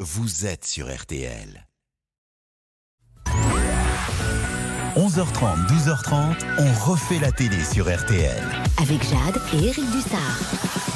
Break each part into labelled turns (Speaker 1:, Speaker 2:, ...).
Speaker 1: vous êtes sur RTL.
Speaker 2: 11h30, 12h30, on refait la télé sur RTL.
Speaker 3: Avec Jade et Eric Dussard.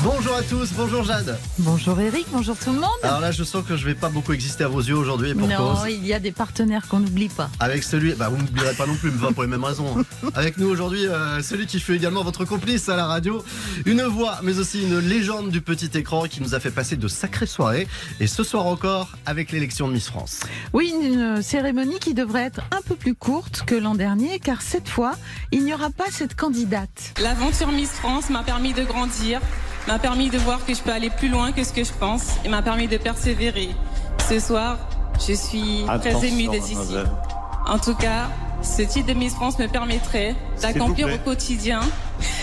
Speaker 4: Bonjour à tous, bonjour Jade.
Speaker 5: Bonjour Eric, bonjour tout le monde.
Speaker 4: Alors là, je sens que je vais pas beaucoup exister à vos yeux aujourd'hui et pour
Speaker 5: non,
Speaker 4: cause.
Speaker 5: il y a des partenaires qu'on n'oublie pas.
Speaker 4: Avec celui, bah vous m'oublierez pas non plus, mais pas pour les mêmes raisons. hein. Avec nous aujourd'hui, euh, celui qui fut également votre complice à la radio, une voix, mais aussi une légende du petit écran qui nous a fait passer de sacrées soirées. Et ce soir encore, avec l'élection de Miss France.
Speaker 5: Oui, une cérémonie qui devrait être un peu plus courte que l'an dernier, car cette fois, il n'y aura pas cette candidate.
Speaker 6: L'aventure Miss France m'a permis de grandir, m'a permis de voir que je peux aller plus loin que ce que je pense et m'a permis de persévérer. Ce soir, je suis très émue d'être ici. En tout cas, ce titre de Miss France me permettrait d'accomplir au quotidien.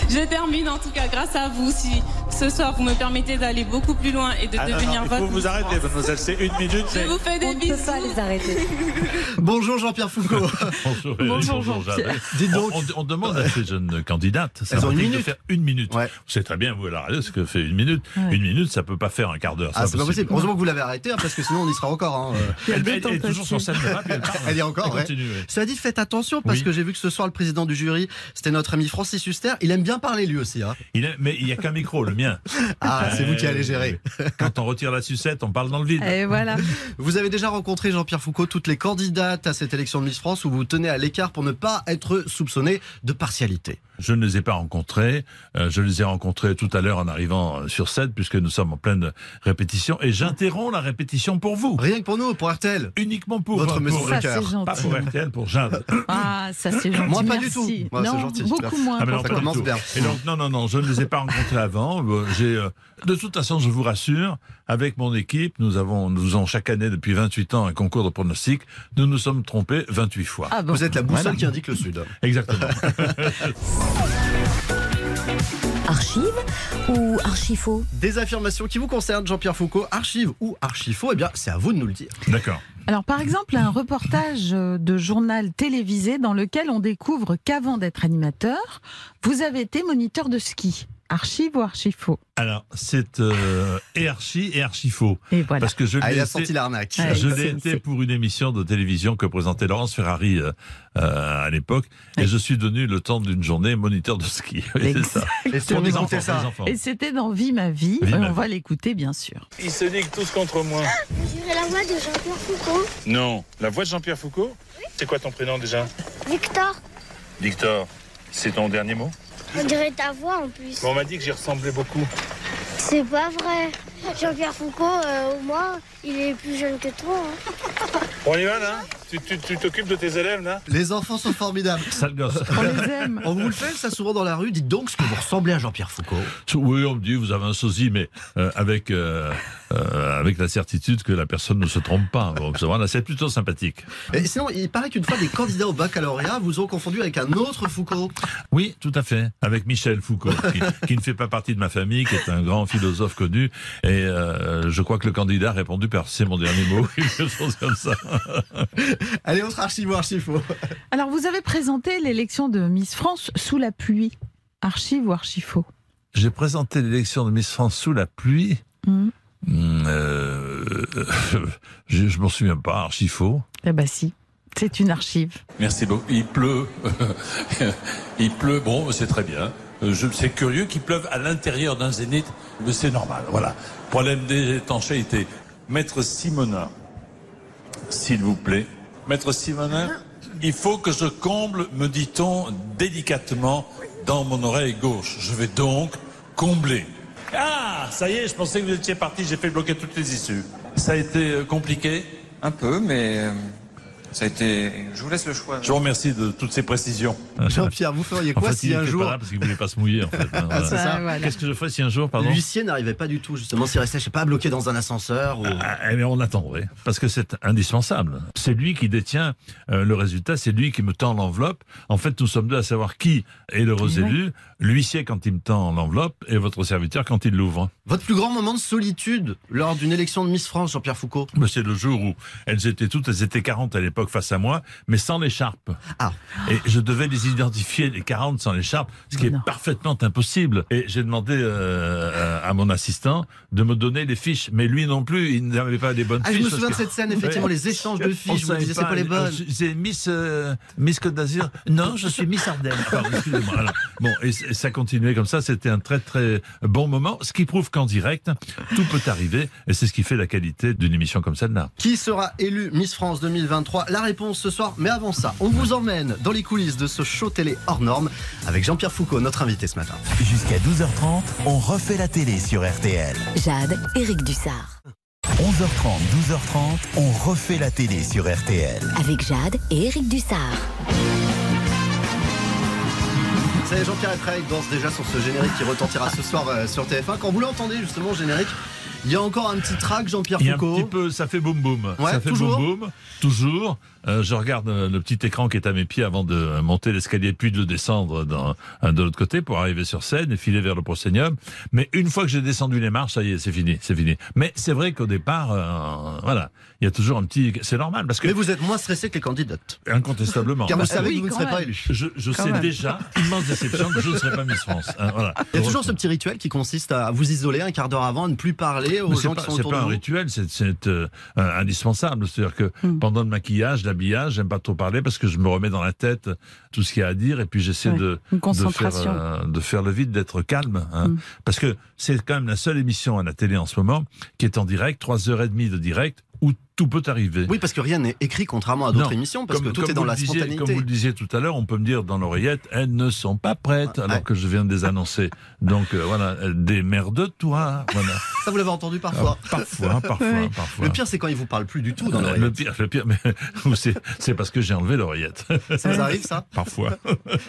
Speaker 6: Je termine en tout cas grâce à vous si ce soir vous me permettez d'aller beaucoup plus loin et de
Speaker 7: Ah non,
Speaker 6: devenir
Speaker 7: non, il
Speaker 6: votre
Speaker 7: faut vous
Speaker 6: Miss
Speaker 7: arrêtez,
Speaker 6: France.
Speaker 7: mademoiselle. C'est une minute.
Speaker 6: Je
Speaker 7: c'est-
Speaker 6: vous fais des
Speaker 3: On ne peut
Speaker 6: bisous.
Speaker 3: pas les arrêter.
Speaker 4: Bonjour Jean-Pierre Foucault.
Speaker 8: Bonjour, Eric,
Speaker 5: Bonjour,
Speaker 8: bonjour,
Speaker 5: Jean-Pierre.
Speaker 8: Jade.
Speaker 4: Dites donc.
Speaker 8: On, on- on demande à ces jeunes candidates ça
Speaker 4: Elles ont une
Speaker 8: pratique, de
Speaker 4: minute.
Speaker 8: faire une minute.
Speaker 4: Ouais.
Speaker 8: C'est très bien, vous, à la radio, ce que fait une minute.
Speaker 5: Ouais.
Speaker 8: Une minute, ça peut pas faire un quart d'heure.
Speaker 4: Ah, c'est pas possible. Heureusement que vous l'avez arrêté, hein, parce que sinon on y sera encore. hein. Euh,
Speaker 5: Il y a
Speaker 8: Elle,
Speaker 5: deux
Speaker 8: elle- elle est
Speaker 5: tentatives.
Speaker 8: toujours sur scène de rap, et elle parle.
Speaker 4: Elle est encore, ouais.
Speaker 8: continue, ouais.
Speaker 4: Cela dit, faites attention parce
Speaker 8: Oui.
Speaker 4: que j'ai vu que ce soir le président du jury, c'était notre ami Francis Huster. Il aime bien parler lui aussi. hein.
Speaker 8: Il a- mais il n'y a qu'un micro, le mien.
Speaker 4: Ah, c'est
Speaker 8: Euh,
Speaker 4: vous qui allez gérer.
Speaker 8: Quand on retire la sucette, on parle dans le vide.
Speaker 5: Et voilà.
Speaker 4: Vous avez déjà rencontré Jean-Pierre Foucault, toutes les candidates à cette élection de Miss France où vous vous tenez à l'écart pour ne pas être soupçonné de partialité.
Speaker 8: Je ne les ai pas rencontrés. Euh, je les ai rencontrés tout à l'heure en arrivant euh, sur scène, puisque nous sommes en pleine répétition. Et j'interromps la répétition pour vous.
Speaker 4: Rien que pour nous, pour RTL.
Speaker 8: Uniquement pour
Speaker 4: Votre
Speaker 8: pour-
Speaker 4: mesure
Speaker 5: Ça,
Speaker 4: de cœur.
Speaker 5: c'est gentil.
Speaker 8: Pas pour RTL, pour Jeanne.
Speaker 5: Ah, ça c'est gentil.
Speaker 4: Moi, pas du
Speaker 5: merci.
Speaker 4: tout. Moi, c'est
Speaker 5: non,
Speaker 4: gentil.
Speaker 5: beaucoup
Speaker 4: Merci.
Speaker 5: moins.
Speaker 8: Ah, mais
Speaker 5: pour
Speaker 8: non,
Speaker 4: Ça
Speaker 8: pas
Speaker 5: toi.
Speaker 8: du
Speaker 4: commence
Speaker 8: tout.
Speaker 4: bien.
Speaker 8: Et donc, non, non, non, je ne les ai pas rencontrés avant. Euh, J'ai, euh, de toute façon, je vous rassure, avec mon équipe, nous avons, nous avons chaque année depuis 28 ans un concours de pronostics. Nous nous sommes trompés 28 fois.
Speaker 5: Ah bon.
Speaker 4: Vous êtes la boussole
Speaker 8: Voilà.
Speaker 4: qui indique le sud.
Speaker 8: Exactement.
Speaker 3: Archive ou archifaux
Speaker 4: Des affirmations qui vous concernent, Jean-Pierre Foucault, archive ou archifaux, eh bien, c'est à vous de nous le dire.
Speaker 8: D'accord.
Speaker 5: Alors par exemple, un reportage euh, de journal télévisé dans lequel on découvre qu'avant d'être animateur, vous avez été moniteur de ski. Archive ou archifaux
Speaker 8: Alors, c'est euh, et archi et archi faux.
Speaker 5: Et voilà.
Speaker 8: Parce que je
Speaker 4: Ah,
Speaker 8: l'ai
Speaker 4: il a
Speaker 8: été-
Speaker 4: sorti l'arnaque.
Speaker 5: Ouais.
Speaker 8: Je
Speaker 5: c'est-
Speaker 8: l'ai été
Speaker 5: c'est-
Speaker 8: pour une émission de télévision que présentait Laurence Ferrari euh, euh, à l'époque. Et je suis devenu, le temps d'une journée, moniteur de ski. Oui, c'est ça.
Speaker 4: Et si
Speaker 8: Pour
Speaker 4: on
Speaker 8: des
Speaker 4: écoutait
Speaker 8: enfants, pour des
Speaker 4: ça
Speaker 8: enfants.
Speaker 5: Et c'était dans Vie ma vie.
Speaker 8: Vie
Speaker 5: Et
Speaker 8: ma
Speaker 5: on va l'écouter bien sûr.
Speaker 7: Ils se liguent tous contre moi.
Speaker 6: Ah.
Speaker 9: Vous irez la voix de Jean-Pierre Foucault
Speaker 7: Non. La voix de Jean-Pierre Foucault C'est quoi ton prénom déjà
Speaker 9: Victor,
Speaker 7: Victor. C'est ton dernier mot
Speaker 9: on dirait ta voix en plus.
Speaker 7: On m'a dit que j'y ressemblais beaucoup.
Speaker 9: C'est pas vrai. Jean-Pierre Foucault, euh, au moins, il est plus jeune que toi. hein.
Speaker 7: Bon, on y va là Tu tu- tu t'occupes de tes élèves là
Speaker 4: Les enfants sont formidables.
Speaker 8: Sale gosse.
Speaker 5: On les aime.
Speaker 4: On vous le fait, ça, souvent dans la rue. Dites donc ce que vous ressemblez à Jean-Pierre Foucault.
Speaker 8: Oui, on me dit, vous avez un sosie, mais euh, avec, euh, euh, avec la certitude que la personne ne se trompe pas. Bon, ça, voilà, c'est plutôt sympathique.
Speaker 4: Et sinon, il paraît qu'une fois, des candidats au baccalauréat vous ont confondu avec un autre Foucault.
Speaker 8: Oui, tout à fait. Avec Michel Foucault, qui, qui ne fait pas partie de ma famille, qui est un grand philosophe connu. Et euh, je crois que le candidat a répondu par c'est mon dernier mot, quelque chose comme ça.
Speaker 4: Allez, autre archive ou archifaux.
Speaker 5: Alors, vous avez présenté l'élection de Miss France sous la pluie. Archive ou archifaux
Speaker 8: J'ai présenté l'élection de Miss France sous la pluie.
Speaker 5: Hmm.
Speaker 8: Hum, euh, je je m'en souviens pas, archi faux.
Speaker 5: Eh ben si, c'est une archive.
Speaker 10: Merci beaucoup. Il pleut. Il pleut. Bon, c'est très bien. Euh, je- C'est curieux qu'il pleuve à l'intérieur d'un zénith, mais c'est normal. Voilà. Problème des étanchéités. Maître Simonin, s'il vous plaît. Maître Simonin, il faut que je comble, me dit-on délicatement, dans mon oreille gauche. Je vais donc combler. Ah, ça y est, je pensais que vous étiez parti, j'ai fait bloquer toutes les issues. Ça a été euh, compliqué
Speaker 11: Un peu, mais euh, ça a été. Je vous laisse le choix.
Speaker 10: Je vous remercie de toutes ces précisions.
Speaker 4: Jean-Pierre, vous feriez quoi
Speaker 8: en fait,
Speaker 4: si
Speaker 8: il
Speaker 4: un
Speaker 8: était
Speaker 4: jour.
Speaker 8: pas là parce qu'il voulait pas se mouiller. En fait, hein, voilà.
Speaker 4: C'est ça.
Speaker 5: Ah, voilà.
Speaker 8: Qu'est-ce que je ferais si un jour, pardon
Speaker 4: L'huissier n'arrivait pas du tout, justement, s'il restait, je sais pas, bloqué dans un ascenseur. Ou...
Speaker 8: Ah, eh bien, on attendrait, parce que c'est indispensable. C'est lui qui détient euh, le résultat, c'est lui qui me tend l'enveloppe. En fait, nous sommes deux à savoir qui est l'heureux
Speaker 5: Eh oui.
Speaker 8: élu, l'huissier quand il me tend l'enveloppe et votre serviteur quand il l'ouvre.
Speaker 4: Votre plus grand moment de solitude lors d'une élection de Miss France, Jean-Pierre Foucault
Speaker 8: Mais c'est le jour où elles étaient toutes, elles étaient 40 à l'époque, l'époque face à moi, mais sans l'écharpe.
Speaker 4: Ah.
Speaker 8: Et je devais les identifier, les 40 sans l'écharpe, ce qui est parfaitement impossible. Et j'ai demandé euh, à mon assistant de me donner les fiches, mais lui non plus, il n'avait pas les bonnes
Speaker 4: Ah, je
Speaker 8: fiches.
Speaker 4: me souviens de
Speaker 8: parce que-
Speaker 4: cette scène, effectivement,
Speaker 8: Ouais.
Speaker 4: les échanges de
Speaker 8: On
Speaker 4: fiches, vous me
Speaker 8: savait
Speaker 4: disiez, c'est pas les bonnes.
Speaker 8: euh, C'est Miss, euh, Miss Côte d'Azur. Non, je suis Miss Ardennes. Pardon, excusez-moi. Alors, bon, et, c- et ça continuait comme ça. C'était un très très bon moment, ce qui prouve qu'en direct, tout peut arriver, et c'est ce qui fait la qualité d'une émission comme celle-là.
Speaker 4: Qui sera élu Miss France 2023 La réponse ce soir. Mais avant ça, on vous emmène dans les coulisses de ce show télé hors norme avec Jean-Pierre Foucault, notre invité ce matin.
Speaker 2: Jusqu'à 12h30, on refait la télé sur RTL.
Speaker 3: Jade, Éric Dussard.
Speaker 2: 11h30, 12h30, on refait la télé sur RTL.
Speaker 3: Avec Jade et Éric Dussard.
Speaker 4: Ça y est, Jean-Pierre Etrel danse déjà sur ce générique qui retentira ce soir euh, sur TF1. Quand vous l'entendez justement, générique, il y a encore un petit track, Jean-Pierre
Speaker 8: Il y a un
Speaker 4: Foucault.
Speaker 8: petit peu, ça fait boum boum.
Speaker 4: Ouais,
Speaker 8: ça fait
Speaker 4: toujours.
Speaker 8: boum boum. Toujours. Euh, je regarde euh, le petit écran qui est à mes pieds avant de monter l'escalier puis de le descendre dans, euh, de l'autre côté pour arriver sur scène et filer vers le proscenium. Mais une fois que j'ai descendu les marches, ça y est, c'est fini, c'est fini. Mais c'est vrai qu'au départ, euh, voilà, il y a toujours un petit. C'est normal parce que.
Speaker 4: Mais vous êtes moins stressé que les candidates.
Speaker 8: Incontestablement.
Speaker 4: Car vous
Speaker 8: Ah,
Speaker 4: savez
Speaker 8: oui,
Speaker 4: que vous ne
Speaker 8: quand
Speaker 4: serez pas
Speaker 8: même.
Speaker 4: élu.
Speaker 8: Je, je
Speaker 4: Quand
Speaker 8: sais
Speaker 4: même.
Speaker 8: déjà, immense déception, que je ne serai pas Miss France. Hein, voilà.
Speaker 4: Il y a toujours ce petit rituel qui consiste à vous isoler un quart d'heure avant, à ne plus parler aux
Speaker 8: Mais c'est
Speaker 4: gens
Speaker 8: pas,
Speaker 4: qui sont
Speaker 8: c'est
Speaker 4: autour
Speaker 8: pas
Speaker 4: de
Speaker 8: un
Speaker 4: vous.
Speaker 8: rituel, c'est, c'est, euh, euh, indispensable. C'est-à-dire que pendant le maquillage, l'habillage, j'aime pas trop parler parce que je me remets dans la tête tout ce qu'il y a à dire et puis j'essaie
Speaker 5: Ouais,
Speaker 8: de,
Speaker 5: une
Speaker 8: de faire,
Speaker 5: concentration.
Speaker 8: euh, de faire le vide, d'être calme. hein.
Speaker 5: Mm.
Speaker 8: Parce que c'est quand même la seule émission à la télé en ce moment qui est en direct, 3h30 de direct, où tout peut arriver.
Speaker 4: Oui, parce que rien n'est écrit contrairement à d'autres
Speaker 8: Non,
Speaker 4: émissions, parce
Speaker 8: comme-
Speaker 4: que tout
Speaker 8: comme
Speaker 4: est dans
Speaker 8: vous le
Speaker 4: la
Speaker 8: disiez-
Speaker 4: spontanéité.
Speaker 8: Comme vous le disiez tout à l'heure, on peut me dire dans l'oreillette, elles ne sont pas prêtes, alors que je viens de les annoncer. Donc euh, voilà, des de toi. Voilà.
Speaker 4: Ça, vous l'avez entendu parfois.
Speaker 8: Parfois, parfois,
Speaker 4: Oui.
Speaker 8: parfois.
Speaker 4: Le pire, c'est quand ils vous parlent plus du tout dans
Speaker 8: Euh, le
Speaker 4: l'oreille.
Speaker 8: pire, le pire, mais c'est, c'est parce que j'ai enlevé l'oreillette.
Speaker 4: Ça vous arrive, ça
Speaker 8: Parfois.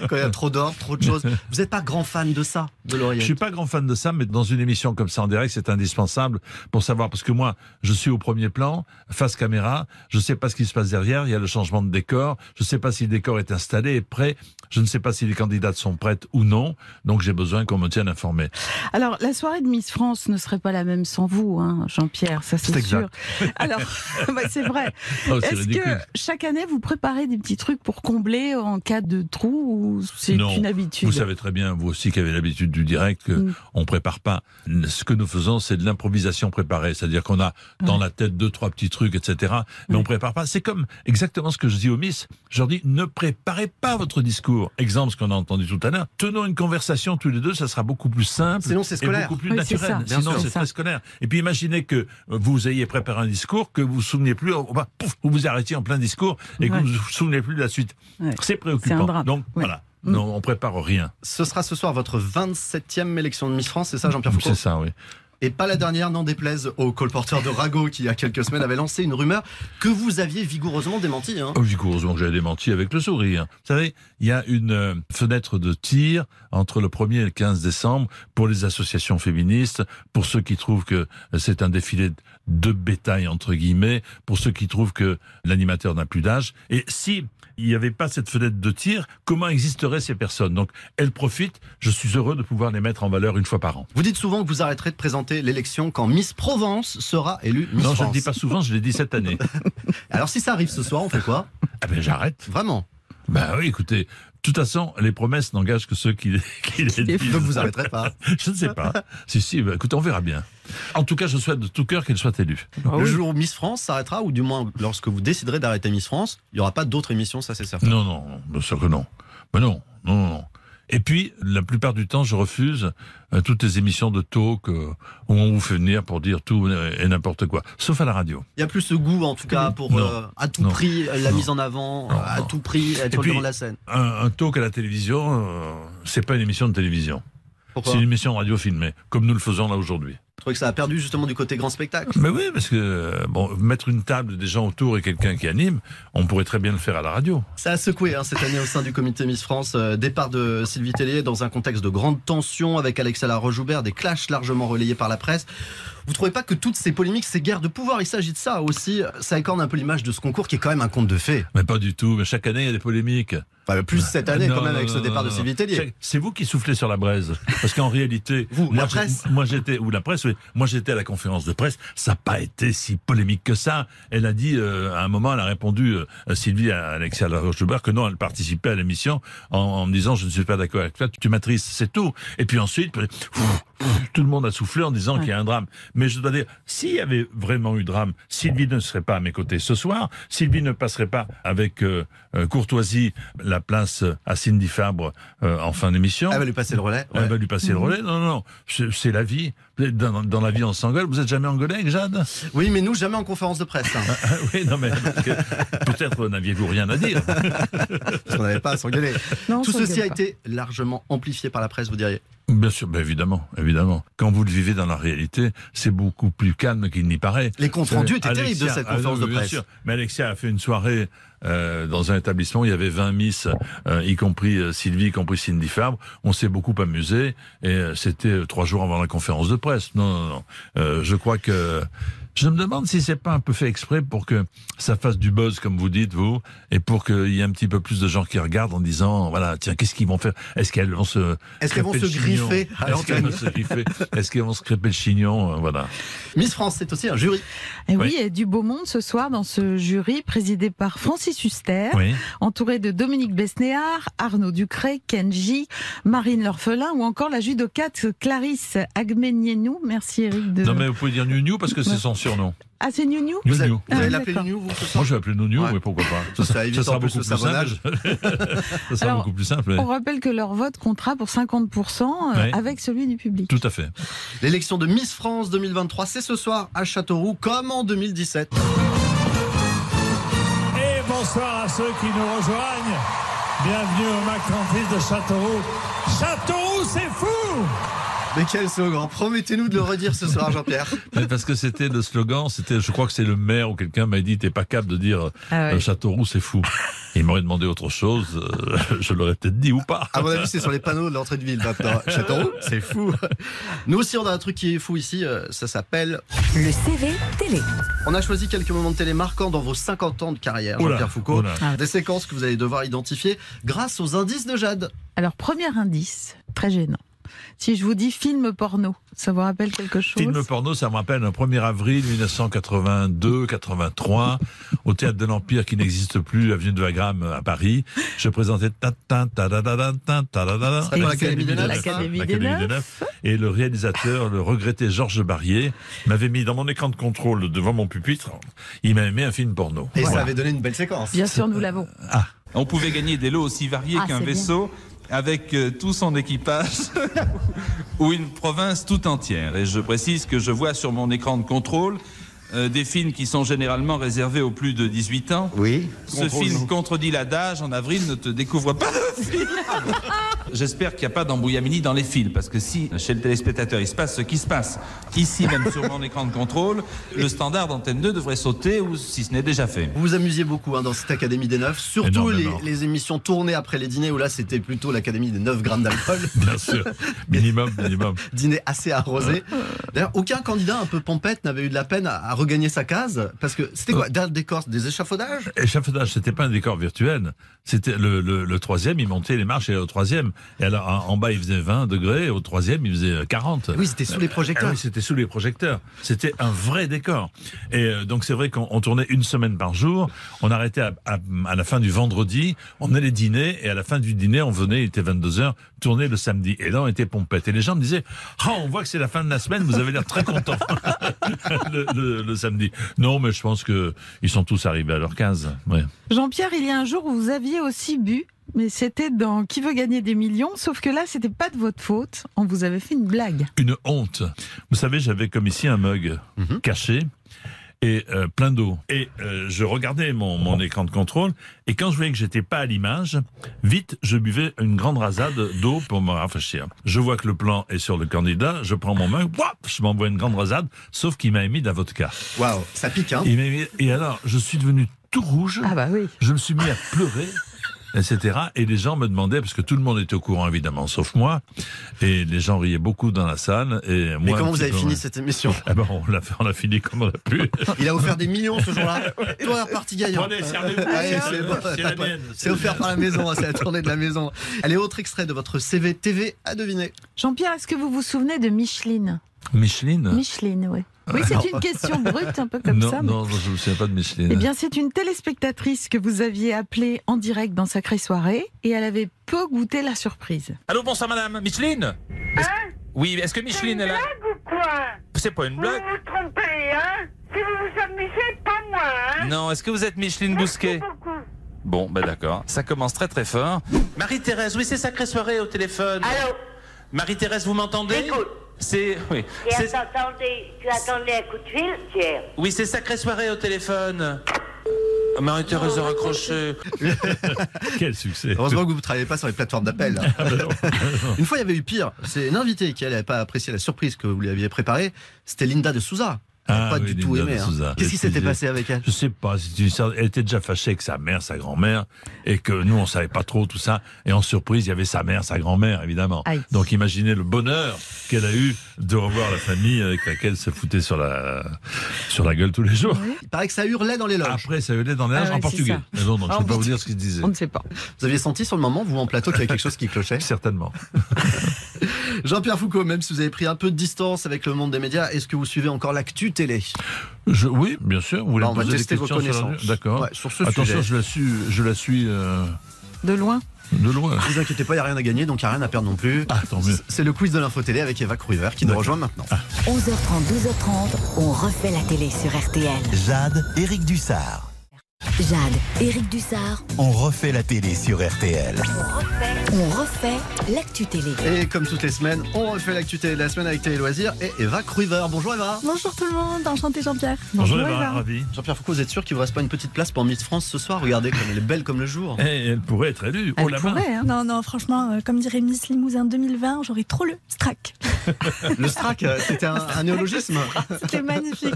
Speaker 4: Quand il y a trop d'or, trop de choses. Vous n'êtes pas grand fan de ça, de
Speaker 8: Je
Speaker 4: l'oreillette
Speaker 8: suis pas grand fan de ça, mais dans une émission comme ça en direct, c'est indispensable pour savoir. Parce que moi, je suis au premier plan, face caméra, je sais pas ce qui se passe derrière, il y a le changement de décor, je sais pas si le décor est installé et prêt, je ne sais pas si les candidates sont prêtes ou non, donc j'ai besoin qu'on me tienne informé. Oh,
Speaker 5: Alors, la soirée de Miss France ne serait pas la même sans vous, hein, Jean-Pierre, ça c'est
Speaker 8: C'est
Speaker 5: sûr.
Speaker 8: exact.
Speaker 5: Alors, bah, c'est vrai.
Speaker 8: Oh, c'est
Speaker 5: Est-ce que
Speaker 8: ridicule.
Speaker 5: chaque année, vous préparez des petits trucs pour combler en cas de trou ou c'est
Speaker 8: Non.
Speaker 5: une habitude
Speaker 8: Vous savez très bien, vous aussi qui avez l'habitude du direct, que
Speaker 5: Mm.
Speaker 8: on prépare pas. Ce que nous faisons, c'est de l'improvisation préparée, c'est-à-dire qu'on a dans la tête deux trois petits trucs, etc. Mais on prépare pas. C'est comme exactement ce que je dis aux Miss. Je leur dis ne préparez pas votre discours. Exemple, ce qu'on a entendu tout à l'heure. Tenons une conversation tous les deux, ça sera beaucoup plus simple,
Speaker 4: Sinon, c'est
Speaker 8: et
Speaker 4: scolaire.
Speaker 8: beaucoup plus
Speaker 5: Oui, c'est
Speaker 8: naturel.
Speaker 5: ça. Bien
Speaker 8: Sinon,
Speaker 5: sûr.
Speaker 8: c'est
Speaker 5: C'est ça.
Speaker 8: très scolaire. Et puis imaginez que euh, vous ayez préparé un discours, que vous vous souveniez plus, oh, bah, pouf, vous vous arrêtiez en plein discours et que
Speaker 5: Ouais.
Speaker 8: vous vous souvenez plus de la suite.
Speaker 5: Ouais.
Speaker 8: C'est préoccupant.
Speaker 5: C'est un drame.
Speaker 8: Donc
Speaker 5: Ouais. Mm.
Speaker 8: voilà. Non, on prépare rien.
Speaker 4: Ce sera ce soir votre 27e élection de Miss France, c'est ça Jean-Pierre Foucault
Speaker 8: C'est ça, oui.
Speaker 4: Et pas la dernière, n'en déplaise au colporteur de Rago qui, il y a quelques semaines, avait lancé une rumeur que vous aviez vigoureusement démentie. hein.
Speaker 8: Oh, du coup, heureusement que j'avais démenti avec le sourire. Vous savez, il y a une euh, fenêtre de tir entre le 1er et le 15 décembre pour les associations féministes, pour ceux qui trouvent que euh, c'est un défilé de bétail, entre guillemets, pour ceux qui trouvent que l'animateur n'a plus d'âge. Et si il n'y avait pas cette fenêtre de tir, comment existeraient ces personnes Donc, elles profitent. Je suis heureux de pouvoir les mettre en valeur une fois par an.
Speaker 4: Vous dites souvent que vous arrêterez de présenter l'élection quand Miss Provence sera élue Miss
Speaker 8: non,
Speaker 4: France.
Speaker 8: je ne le dis pas souvent, je l'ai dit cette année.
Speaker 4: Alors si ça arrive ce soir, on fait quoi
Speaker 8: Ah ben, j'arrête.
Speaker 4: Vraiment
Speaker 8: Ben oui, écoutez, de toute façon, les promesses n'engagent que ceux qui, les- qui les
Speaker 5: les
Speaker 8: disent.
Speaker 4: Donc vous arrêterez pas.
Speaker 8: Je ne sais pas. Si, si, bah, écoute, on verra bien. En tout cas, je souhaite de tout cœur qu'elle soit élue.
Speaker 4: Le jour où Miss France s'arrêtera, ou du moins lorsque vous déciderez d'arrêter Miss France, il n'y aura pas d'autres émissions, ça c'est certain.
Speaker 8: Non, non, non, bien sûr que non. Mais non, non, non, non. Et puis, la plupart du temps, je refuse euh, toutes les émissions de talk euh, où on vous fait venir pour dire tout euh, et n'importe quoi, sauf à la radio.
Speaker 4: Il n'y a plus ce goût en tout cas pour
Speaker 8: Non.
Speaker 4: euh, à tout
Speaker 8: Non.
Speaker 4: prix euh, la
Speaker 8: Non.
Speaker 4: mise en avant,
Speaker 8: Non,
Speaker 4: à
Speaker 8: non.
Speaker 4: tout prix être
Speaker 8: Et
Speaker 4: sur le
Speaker 8: puis-
Speaker 4: devant de la scène.
Speaker 8: Un, un talk à la télévision, euh, c'est pas une émission de télévision.
Speaker 4: Pourquoi
Speaker 8: C'est une émission radio filmée, comme nous le faisons là aujourd'hui.
Speaker 4: Je trouvais que ça a perdu justement du côté grand spectacle.
Speaker 8: Mais oui, parce que euh, bon, mettre une table, des gens autour et quelqu'un qui anime, on pourrait très bien le faire à la radio.
Speaker 4: Ça a secoué hein, cette année au sein du comité Miss France. Euh, départ de Sylvie Tellier dans un contexte de grande tension avec Alexa Laroche-Joubert, des clashs largement relayés par la presse. Vous trouvez pas que toutes ces polémiques, ces guerres de pouvoir, il s'agit de ça aussi Ça écorne un peu l'image de ce concours qui est quand même un conte de fées.
Speaker 8: Mais pas du tout. Mais chaque année, il y a des polémiques.
Speaker 4: Enfin, plus cette année,
Speaker 8: Non,
Speaker 4: quand même,
Speaker 8: non,
Speaker 4: avec ce
Speaker 8: non,
Speaker 4: départ de
Speaker 8: non, non.
Speaker 4: Civitellier.
Speaker 8: C'est- C'est vous qui soufflez sur la braise. Parce qu'en réalité,
Speaker 4: Vous,
Speaker 8: moi,
Speaker 4: la
Speaker 8: je-
Speaker 4: presse.
Speaker 8: moi, j'étais, ou la presse, oui. Moi, j'étais à la conférence de presse. Ça n'a pas été si polémique que ça. Elle a dit, euh, à un moment, elle a répondu, euh, Sylvie, à Alexia Laroche-Joubert, que non, elle participait à l'émission en, en me disant, je ne suis pas d'accord avec toi, tu m'attristes, c'est tout. Et puis ensuite, pff, pff, tout le monde a soufflé en disant qu'il y a un drame. Mais je dois dire, s'il y avait vraiment eu drame, Sylvie ne serait pas à mes côtés ce soir. Sylvie ne passerait pas avec euh, euh, courtoisie la place à Cindy Fabre euh, en fin d'émission.
Speaker 4: Ah, Elle va lui passer le relais.
Speaker 8: Elle va lui passer le relais. Non, non, non. C'est c'est la vie. Dans, dans la vie, on s'engueule. Vous êtes jamais engueulé avec Jade
Speaker 4: Oui, mais nous, jamais en conférence de presse. hein.
Speaker 8: Oui, non, mais parce que peut-être n'aviez-vous rien à dire.
Speaker 4: Parce qu'on n'avait pas à s'engueuler.
Speaker 5: Non, on
Speaker 4: Tout ceci
Speaker 5: s'engueule
Speaker 4: a
Speaker 5: pas.
Speaker 4: été largement amplifié par la presse, vous diriez.
Speaker 8: Bien sûr, ben évidemment, évidemment. Quand vous le vivez dans la réalité, c'est beaucoup plus calme qu'il n'y paraît.
Speaker 4: Les comptes rendus étaient
Speaker 8: Alexia-
Speaker 4: terribles de cette
Speaker 8: ah non,
Speaker 4: conférence
Speaker 8: mais
Speaker 4: de
Speaker 8: bien
Speaker 4: presse.
Speaker 8: sûr. Mais Alexia a fait une soirée euh, dans un établissement. Il y avait 20 miss, euh, y compris euh, Sylvie, y compris Cindy Fabre. On s'est beaucoup amusé et euh, c'était euh, trois jours avant la conférence de presse. Non, non, non. Euh, je crois que je me demande si c'est pas un peu fait exprès pour que ça fasse du buzz, comme vous dites vous, et pour qu'il y ait un petit peu plus de gens qui regardent en disant voilà tiens qu'est-ce qu'ils vont faire Est-ce qu'elles vont se
Speaker 4: Est-ce qu'elles vont
Speaker 8: crêper
Speaker 4: se
Speaker 8: le chignon
Speaker 4: griffer à
Speaker 8: Est-ce qu'elles vont se griffer Est-ce qu'elles vont se crêper le chignon Euh, Voilà.
Speaker 4: Miss France, c'est aussi un jury.
Speaker 5: Et
Speaker 8: Ouais.
Speaker 5: Eh oui, et du beau monde ce soir dans ce jury présidé par Francis Huster,
Speaker 8: Oui.
Speaker 5: entouré de Dominique Besnéard, Arnaud Ducret, Kenji, Marine L'Orphelin ou encore la judocate Clarisse Agmenienou. Merci Eric de.
Speaker 8: Non mais vous pouvez dire New parce que c'est
Speaker 5: Ouais.
Speaker 8: son surnom.
Speaker 5: Ah, c'est New New
Speaker 4: Euh, Vous avez-
Speaker 8: New.
Speaker 4: vous allez
Speaker 5: Ah,
Speaker 4: l'appeler
Speaker 5: d'accord.
Speaker 4: Nunou, vous, ce soir
Speaker 8: Moi, je vais appeler nous New,
Speaker 4: Ouais.
Speaker 8: mais pourquoi pas Ça,
Speaker 4: Ça
Speaker 8: sera-
Speaker 4: évite
Speaker 8: ça sera
Speaker 4: en plus
Speaker 8: beaucoup
Speaker 4: le
Speaker 8: plus simple.
Speaker 4: savonnage.
Speaker 8: ça sera
Speaker 5: Alors,
Speaker 8: beaucoup plus simple.
Speaker 5: On
Speaker 8: oui.
Speaker 5: rappelle que leur vote comptera pour 50% euh,
Speaker 8: Ouais.
Speaker 5: avec celui du public.
Speaker 8: Tout à fait.
Speaker 4: L'élection de Miss France 2023, c'est ce soir à Châteauroux, comme en 2017.
Speaker 12: Et bonsoir à ceux qui nous rejoignent. Bienvenue au Mac 38 de Châteauroux. Châteauroux, c'est fou
Speaker 4: Mais quel slogan Promettez-nous de le redire ce soir, Jean-Pierre.
Speaker 8: Mais parce que c'était le slogan, c'était, je crois que c'est le maire ou quelqu'un m'a dit, t'es pas capable de dire
Speaker 5: Ah oui.
Speaker 8: euh, Châteauroux, c'est fou. Il m'aurait demandé autre chose, euh, je l'aurais peut-être dit ou pas.
Speaker 4: À mon avis, c'est sur les panneaux de l'entrée de ville maintenant. Châteauroux, c'est fou. Nous aussi, on a un truc qui est fou ici, euh, ça s'appelle.
Speaker 3: Le CV télé.
Speaker 4: On a choisi quelques moments de télé marquants dans vos 50 ans de carrière,
Speaker 8: Oula,
Speaker 4: Jean-Pierre Foucault.
Speaker 8: oula.
Speaker 5: Ah.
Speaker 4: Des séquences que vous allez devoir identifier grâce aux indices de Jade.
Speaker 5: Alors, premier indice, très gênant. Si je vous dis film porno, ça vous rappelle quelque chose
Speaker 8: Film porno, ça me rappelle un 1er avril 1982-83, au théâtre de l'Empire qui n'existe plus, avenue de Wagram euh, à Paris. Je présentais ta- ta- ta- ta- ta- ta- ta- ta- ta- ta-
Speaker 4: serait pour l'Académie des Neufs,
Speaker 5: L'Académie
Speaker 8: ça
Speaker 5: des
Speaker 8: L'Académie des Neufs. Et le réalisateur, le regretté Georges Barrier, m'avait mis dans mon écran de contrôle devant mon pupitre, il m'avait mis un film porno.
Speaker 4: Et ça
Speaker 8: Voilà.
Speaker 4: avait donné une belle séquence.
Speaker 5: Bien sûr, nous l'avons.
Speaker 8: Euh.
Speaker 11: On pouvait gagner des lots aussi variés
Speaker 3: Ah,
Speaker 11: qu'un
Speaker 3: c'est bien.
Speaker 11: vaisseau avec euh, tout son équipage ou une province tout entière. Et je précise que je vois sur mon écran de contrôle euh, des films qui sont généralement réservés aux plus de 18 ans.
Speaker 4: Oui.
Speaker 11: Ce film contredit l'adage en avril ne te découvre pas de film. J'espère qu'il n'y a pas d'embrouillamini dans les fils, parce que si chez le téléspectateur il se passe ce qui se passe, ici même sur mon écran de contrôle, le standard d'antenne 2 devrait sauter ou si ce n'est déjà fait.
Speaker 4: Vous vous amusiez beaucoup hein, dans cette Académie des Neufs, surtout les,
Speaker 8: Énormément.
Speaker 4: les émissions tournées après les dîners où là c'était plutôt l'Académie des 9 grammes d'alcool,
Speaker 8: Bien sûr. Minimum, minimum.
Speaker 4: dîner assez arrosé. D'ailleurs, aucun candidat un peu pompette n'avait eu de la peine à, à regagner sa case parce que c'était quoi Derrière le décor, c'était des échafaudages
Speaker 8: Échafaudage, c'était pas un décor virtuel. C'était le, le- le troisième, il montait les marches et au troisième. Et alors, en, en bas, il faisait 20 degrés, et au troisième, il faisait 40.
Speaker 4: Oui, c'était sous les projecteurs.
Speaker 8: Ah oui, c'était sous les projecteurs. C'était un vrai décor. Et euh, donc, c'est vrai qu'on on tournait une semaine par jour. On arrêtait à, à- à la fin du vendredi. On allait dîner. Et à la fin du dîner, on venait, il était 22h, tourner le samedi. Et là, on était pompette. Et les gens me disaient Ah, on voit que c'est la fin de la semaine. Vous avez l'air très content le, le- le samedi. Non, mais je pense que ils sont tous arrivés à leur case. Ouais.
Speaker 5: Jean-Pierre, il y a un jour où vous aviez aussi bu, mais c'était dans Qui veut gagner des millions, sauf que là, c'était pas de votre faute. On vous avait fait une blague.
Speaker 8: Une honte. Vous savez, j'avais comme ici un mug caché et euh, plein d'eau. Et euh, je regardais mon, mon écran de contrôle et quand je voyais que j'étais pas à l'image, vite, je buvais une grande rasade d'eau pour me rafraîchir. Je vois que le plan est sur le candidat, je prends mon mug, wouah, je m'envoie une grande rasade, sauf qu'il m'a mis de la vodka.
Speaker 4: Waouh, ça pique hein
Speaker 8: Il m'a mis- et alors, je suis devenu tout rouge.
Speaker 5: Ah bah oui.
Speaker 8: Je me suis mis à pleurer. etc. Et les gens me demandaient, parce que tout le monde était au courant évidemment, sauf moi, et les gens riaient beaucoup dans la salle. Et
Speaker 4: Mais
Speaker 8: moi,
Speaker 4: comment
Speaker 8: un
Speaker 4: vous
Speaker 8: petit
Speaker 4: avez
Speaker 8: peu-
Speaker 4: fini cette émission
Speaker 8: Ah ben, on l'a fait- on l'a fini comme on a pu.
Speaker 4: Il a offert des millions ce jour-là. Toi, partie gagnante.
Speaker 8: Prenez, servez-vous,
Speaker 4: Ouais,
Speaker 8: c'est-
Speaker 4: hein. c'est bon,
Speaker 8: c'est la mienne.
Speaker 4: C'est offert par la maison, hein, c'est la tournée de la maison. Allez, autre extrait de votre CV TV à deviner.
Speaker 5: Jean-Pierre, est-ce que vous vous souvenez de Micheline
Speaker 8: Micheline
Speaker 5: Micheline, oui. Oui,
Speaker 8: Ah. Non.
Speaker 5: c'est une question brute, un peu comme
Speaker 8: non,
Speaker 5: ça. mais-
Speaker 8: Non, non, je ne me souviens pas de Micheline.
Speaker 5: Eh bien, c'est une téléspectatrice que vous aviez appelée en direct dans Sacrée Soirée et elle avait peu goûté la surprise.
Speaker 13: Allô, bonsoir madame, Micheline Est-ce- Oui, est-ce que Micheline est là C'est pas une blague
Speaker 14: vous trompez, hein Si vous vous amusez, pas moi, hein
Speaker 13: Non, est-ce que vous êtes Micheline Bousquet Bon, ben d'accord, ça commence très très fort. Marie-Thérèse, oui, c'est sacrée soirée au téléphone. Allô Marie-Thérèse, vous m'entendez C'est. Oui,
Speaker 15: Et
Speaker 13: c'est-
Speaker 15: attendez, tu attendais un coup de fil, Pierre
Speaker 13: oui, c'est sacrée soirée au téléphone. Marie-Thérèse de raccrocher.
Speaker 8: Quel succès.
Speaker 4: Heureusement que vous ne travaillez pas sur les plateformes d'appel. hein.
Speaker 8: Ah, bah
Speaker 4: Une fois, il y avait eu pire. C'est une invitée qui n'avait pas apprécié la surprise que vous lui aviez préparée. C'était Linda de Souza. Elle n'a
Speaker 8: Ah
Speaker 4: pas du
Speaker 8: oui,
Speaker 4: tout
Speaker 8: Linda
Speaker 4: aimé.
Speaker 8: de
Speaker 4: hein.
Speaker 8: Souza.
Speaker 4: Qu'est-ce qui
Speaker 8: Elle
Speaker 4: s'était
Speaker 8: disait-
Speaker 4: passé avec elle
Speaker 8: Je sais pas. c'est une sorte- Elle était déjà fâchée avec sa mère, sa grand-mère, et que nous, on savait pas trop tout ça. Et en surprise, il y avait sa mère, sa grand-mère, évidemment.
Speaker 5: Aïe.
Speaker 8: Donc imaginez le bonheur qu'elle a eu de revoir la famille avec laquelle elle se foutait sur la, sur la gueule tous les jours.
Speaker 4: Il paraît que ça hurlait dans les loges.
Speaker 8: Après, ça hurlait dans les
Speaker 4: Ah
Speaker 8: loges
Speaker 4: ouais,
Speaker 8: en
Speaker 4: c'est
Speaker 8: portugais.
Speaker 4: ça.
Speaker 8: Mais bon, donc,
Speaker 4: En
Speaker 8: je ne peux pas vous
Speaker 4: portugais.
Speaker 8: dire ce qu'ils disaient.
Speaker 5: On ne sait pas.
Speaker 8: Ah.
Speaker 4: Vous aviez senti sur le moment, vous en plateau, qu'il y avait quelque chose qui clochait
Speaker 8: Certainement.
Speaker 4: Jean-Pierre Foucault, même si vous avez pris un peu de distance avec le monde des médias, est-ce que vous suivez encore l'actu télé
Speaker 8: Je- oui, bien sûr. Vous voulez
Speaker 4: Bah,
Speaker 8: me
Speaker 4: on va
Speaker 8: poser des
Speaker 4: tester vos
Speaker 8: questions sur la-
Speaker 4: connaissances.
Speaker 8: D'accord.
Speaker 4: Ouais, sur ce
Speaker 8: Attention,
Speaker 4: sujet.
Speaker 8: je la suis, je la suis euh,
Speaker 5: De loin
Speaker 8: de loin.
Speaker 4: Ne vous inquiétez pas, il n'y a rien à gagner, donc il n'y a rien à perdre non plus.
Speaker 8: Ah,
Speaker 4: C'est le quiz de l'info télé avec Eva Cruiver qui nous rejoint maintenant.
Speaker 3: 11h30, 12h30, on refait la télé sur RTL.
Speaker 2: Jade, Eric Dussard.
Speaker 3: Jade, Éric Dussard,
Speaker 2: On refait la télé sur RTL.
Speaker 3: on refait l'actu télé.
Speaker 4: Et comme toutes les semaines, on refait l'actu télé de la semaine avec Télé Loisirs et Eva Cruiver. Bonjour Eva
Speaker 16: Bonjour tout le monde, enchanté Jean-Pierre.
Speaker 4: Jean-Pierre Foucault, vous êtes sûr qu'il vous reste pas une petite place pour Miss France ce soir Regardez comme elle est belle comme le jour.
Speaker 8: Et Eh, elle pourrait être élue. Oh la main.
Speaker 5: hein.
Speaker 16: Non, non, franchement, euh, comme dirait Miss Limousin 2020, j'aurais trop le strac.
Speaker 4: Le strac, euh, c'était un, un néologisme.
Speaker 16: C'était magnifique.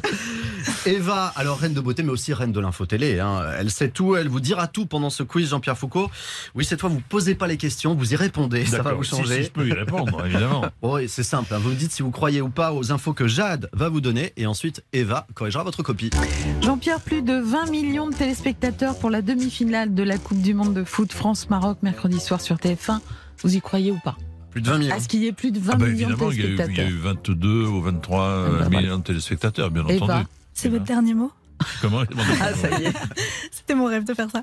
Speaker 4: Eva, alors reine de beauté, mais aussi reine de l'info télé. hein. Elle sait tout, elle vous dira tout pendant ce quiz, Jean-Pierre Foucault. Oui, cette fois, vous posez pas les questions, vous y répondez. Ça va
Speaker 8: D'accord.
Speaker 4: vous
Speaker 8: Si,
Speaker 4: changer.
Speaker 8: si, je peux y répondre, évidemment.
Speaker 4: Oui, c'est simple. hein. Vous me dites si vous croyez ou pas aux infos que Jade va vous donner, et ensuite Eva corrigera votre copie.
Speaker 5: Jean-Pierre, plus de 20 millions de téléspectateurs pour la demi-finale de la Coupe du Monde de foot France-Maroc mercredi soir sur TF1. Vous y croyez ou pas
Speaker 4: Plus de 20 millions.
Speaker 5: À ce qu'il y ait plus de 20
Speaker 8: Ah bah
Speaker 5: millions de
Speaker 8: évidemment, il y, a eu, il y a
Speaker 5: téléspectateurs. Eh ben,
Speaker 8: eu 22 ou 23 euh, millions de téléspectateurs, bien
Speaker 5: Et
Speaker 8: entendu.
Speaker 5: bah,
Speaker 16: C'est votre dernier mot
Speaker 8: Comment
Speaker 5: Ah, ça y est.
Speaker 16: C'était mon rêve de faire ça.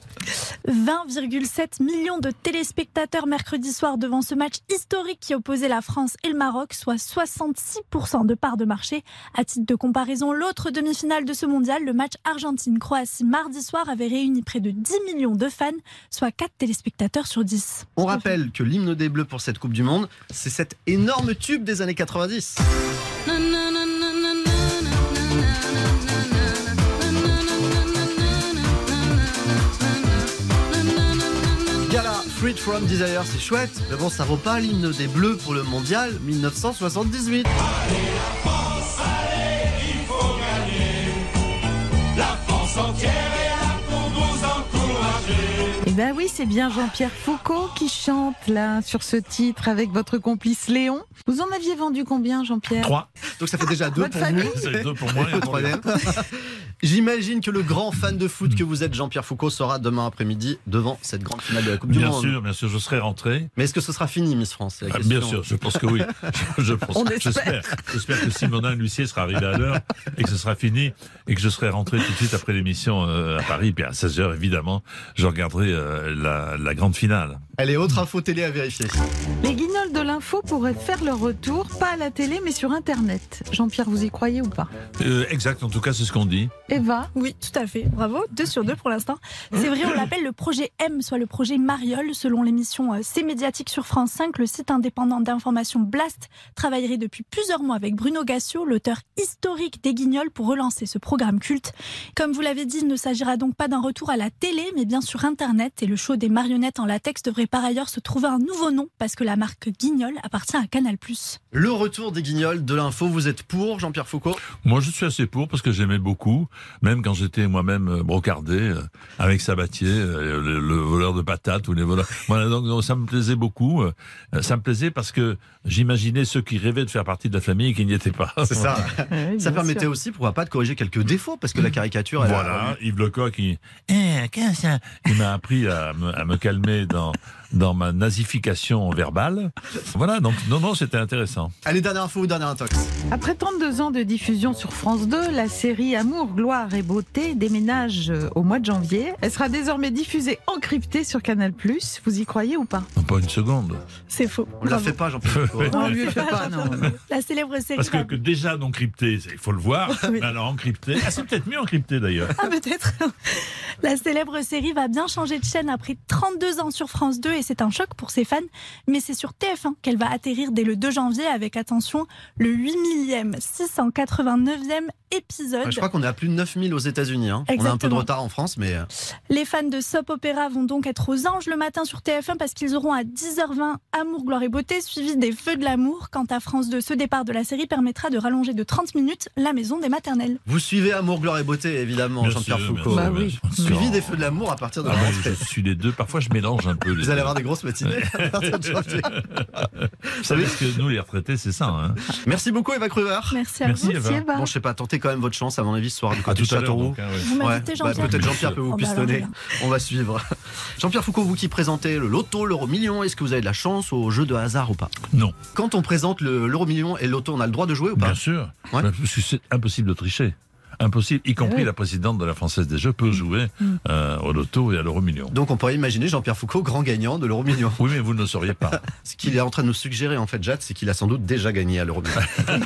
Speaker 16: 20,7 millions de téléspectateurs mercredi soir devant ce match historique qui opposait la France et le Maroc, soit 66% de part de marché. À titre de comparaison, l'autre demi-finale de ce mondial, le match Argentine-Croatie mardi soir, avait réuni près de 10 millions de fans, soit 4 téléspectateurs sur 10.
Speaker 4: On rappelle que l'hymne des Bleus pour cette Coupe du Monde, c'est cet énorme tube des années 90. Gala, Freed from Desire, c'est chouette, mais bon, ça vaut pas l'hymne des Bleus pour le mondial 1978.
Speaker 14: La France entière est là pour vous encourager.
Speaker 5: Eh ben oui, c'est bien Jean-Pierre Foucault qui chante là sur ce titre avec votre complice Léon. Vous en aviez vendu combien, Jean-Pierre
Speaker 8: Trois.
Speaker 4: Donc ça fait déjà deux
Speaker 5: Votre
Speaker 4: pour
Speaker 5: famille
Speaker 4: vous.
Speaker 8: C'est deux pour moi et
Speaker 4: Et
Speaker 8: un
Speaker 4: le
Speaker 8: pour
Speaker 4: troisième. J'imagine que le grand fan de foot que vous êtes, Jean-Pierre Foucault, sera demain après-midi devant cette grande finale de la Coupe du
Speaker 8: Bien
Speaker 4: Monde.
Speaker 8: sûr, bien sûr, je serai rentré.
Speaker 4: Mais est-ce que ce sera fini, Miss France c'est la
Speaker 8: Ah,
Speaker 4: question.
Speaker 8: bien sûr, je pense que oui. Je- Je pense,
Speaker 4: On espère.
Speaker 8: j'espère. J'espère que Simonin l'huissier sera arrivé à l'heure et que ce sera fini et que je serai rentré tout de suite après l'émission euh, à Paris. Puis à 16h, évidemment, je regarderai euh, la, la grande finale.
Speaker 4: Allez, autre info télé à vérifier.
Speaker 5: Les guignols de l'info pourraient faire leur retour, pas à la télé, mais sur Internet. Jean-Pierre, vous y croyez ou pas
Speaker 8: Euh, exact, en tout cas, c'est ce qu'on dit.
Speaker 5: Eva
Speaker 16: Oui, tout à fait. Bravo. 2 sur 2 pour l'instant. C'est vrai, on l'appelle le projet M, soit le projet Mariol. Selon l'émission euh, C'est médiatique sur France 5, le site indépendant d'information Blast travaillerait depuis plusieurs mois avec Bruno Gassio, l'auteur historique des Guignols, pour relancer ce programme culte. Comme vous l'avez dit, il ne s'agira donc pas d'un retour à la télé, mais bien sur Internet. Et le show des marionnettes en latex devrait par ailleurs se trouver un nouveau nom, parce que la marque Guignol appartient à Canal+.
Speaker 4: Euh, Le retour des guignols de l'info, vous êtes pour Jean-Pierre Foucault
Speaker 8: Moi, je suis assez pour parce que j'aimais beaucoup. même quand j'étais moi-même euh, brocardé euh, avec Sabatier, euh, le, le voleur de patates ou les voleurs. Voilà, donc, donc, ça me plaisait beaucoup. Euh, Ça me plaisait parce que j'imaginais ceux qui rêvaient de faire partie de la famille et qui n'y étaient pas.
Speaker 4: C'est ça.
Speaker 8: bien
Speaker 4: ça permettait
Speaker 8: sûr.
Speaker 4: aussi, pourquoi pas, de corriger quelques défauts, parce que la caricature, elle a-
Speaker 8: Voilà, Yves Lecoq, il, Eh, qu'est-ce que- il m'a appris à me, à me calmer dans, dans ma nazification verbale. Voilà, donc non, non, c'était intéressant.
Speaker 4: Allez, dernière info ou dernière intox
Speaker 5: Après 32 ans de diffusion sur France 2, la série Amour, gloire et beauté déménage euh, au mois de janvier. Elle sera désormais diffusée encryptée sur Canal+. Vous y croyez ou pas
Speaker 8: Pas une seconde.
Speaker 16: C'est faux.
Speaker 4: On la fait pas,
Speaker 8: Ouais.
Speaker 5: Non, lui, il fait pas, non.
Speaker 16: La célèbre série.
Speaker 8: Parce que, que déjà non crypté, c'est- il faut le voir, mais alors encrypté, ah, c'est peut-être mieux encrypté d'ailleurs.
Speaker 16: Ah, peut-être. La célèbre série va bien changer de chaîne après 32 ans sur France 2 et c'est un choc pour ses fans. Mais c'est sur TF1 qu'elle va atterrir dès le 2 janvier avec, attention, le 8 millième, 689e épisode.
Speaker 4: Ouais, Ah, Je crois qu'on est à plus de 9000 aux États-Unis. hein. On a un peu de
Speaker 16: Exactement.
Speaker 4: retard en France, mais. euh,
Speaker 16: Les fans de Soap Opera vont donc être aux anges le matin sur TF1 parce qu'ils auront à 10h20 Amour, gloire et beauté suivi des Feux de l'amour. Quant à France 2, ce départ de la série permettra de rallonger de 30 minutes la maison des maternelles.
Speaker 4: Vous suivez Amour, Gloire et Beauté, évidemment,
Speaker 8: Bien
Speaker 4: Jean-Pierre
Speaker 8: sûr, bien
Speaker 4: Foucault.
Speaker 8: sûr, Bah bien oui. sûr.
Speaker 4: Suivi des Feux de l'amour à partir de.
Speaker 8: Ah bon, je suis les deux, parfois je mélange un peu les
Speaker 4: Vous allez avoir des grosses matinées à partir de janvier.
Speaker 8: Vous savez parce que nous les retraités, c'est ça. hein.
Speaker 4: Merci beaucoup, Eva Cruver.
Speaker 16: Merci
Speaker 8: à Merci, vous. Eva.
Speaker 4: Bon, je sais pas, tentez quand même votre chance, à mon avis, ce soir, du côté
Speaker 8: tout
Speaker 4: de
Speaker 8: à l'heure,
Speaker 4: Châteauroux.
Speaker 8: donc, hein, ouais.
Speaker 16: Vous m'invitez, Jean-Pierre
Speaker 4: Peut-être Jean-Pierre peut vous
Speaker 16: Oh, bah alors,
Speaker 4: pistonner.
Speaker 16: voilà.
Speaker 4: On va suivre. Jean-Pierre Foucault, vous qui présentez le loto, l'euro million, est-ce que vous avez de la chance au jeu de hasard ou pas
Speaker 8: Non.
Speaker 4: Quand on présente le- l'euro million et le loto, on a le droit de jouer ou pas
Speaker 8: Bien sûr, Bah, parce que c'est impossible de tricher. Impossible, y compris
Speaker 4: oui.
Speaker 8: la présidente de la Française des Jeux peut jouer euh, au loto et à l'euro million.
Speaker 4: Donc on pourrait imaginer Jean-Pierre Foucault grand gagnant de l'euro million.
Speaker 8: Oui, mais vous ne le sauriez pas.
Speaker 4: Ce qu'il est en train de nous suggérer, en fait, Jade, c'est qu'il a sans doute déjà gagné à l'euro million.
Speaker 8: Ah, Non,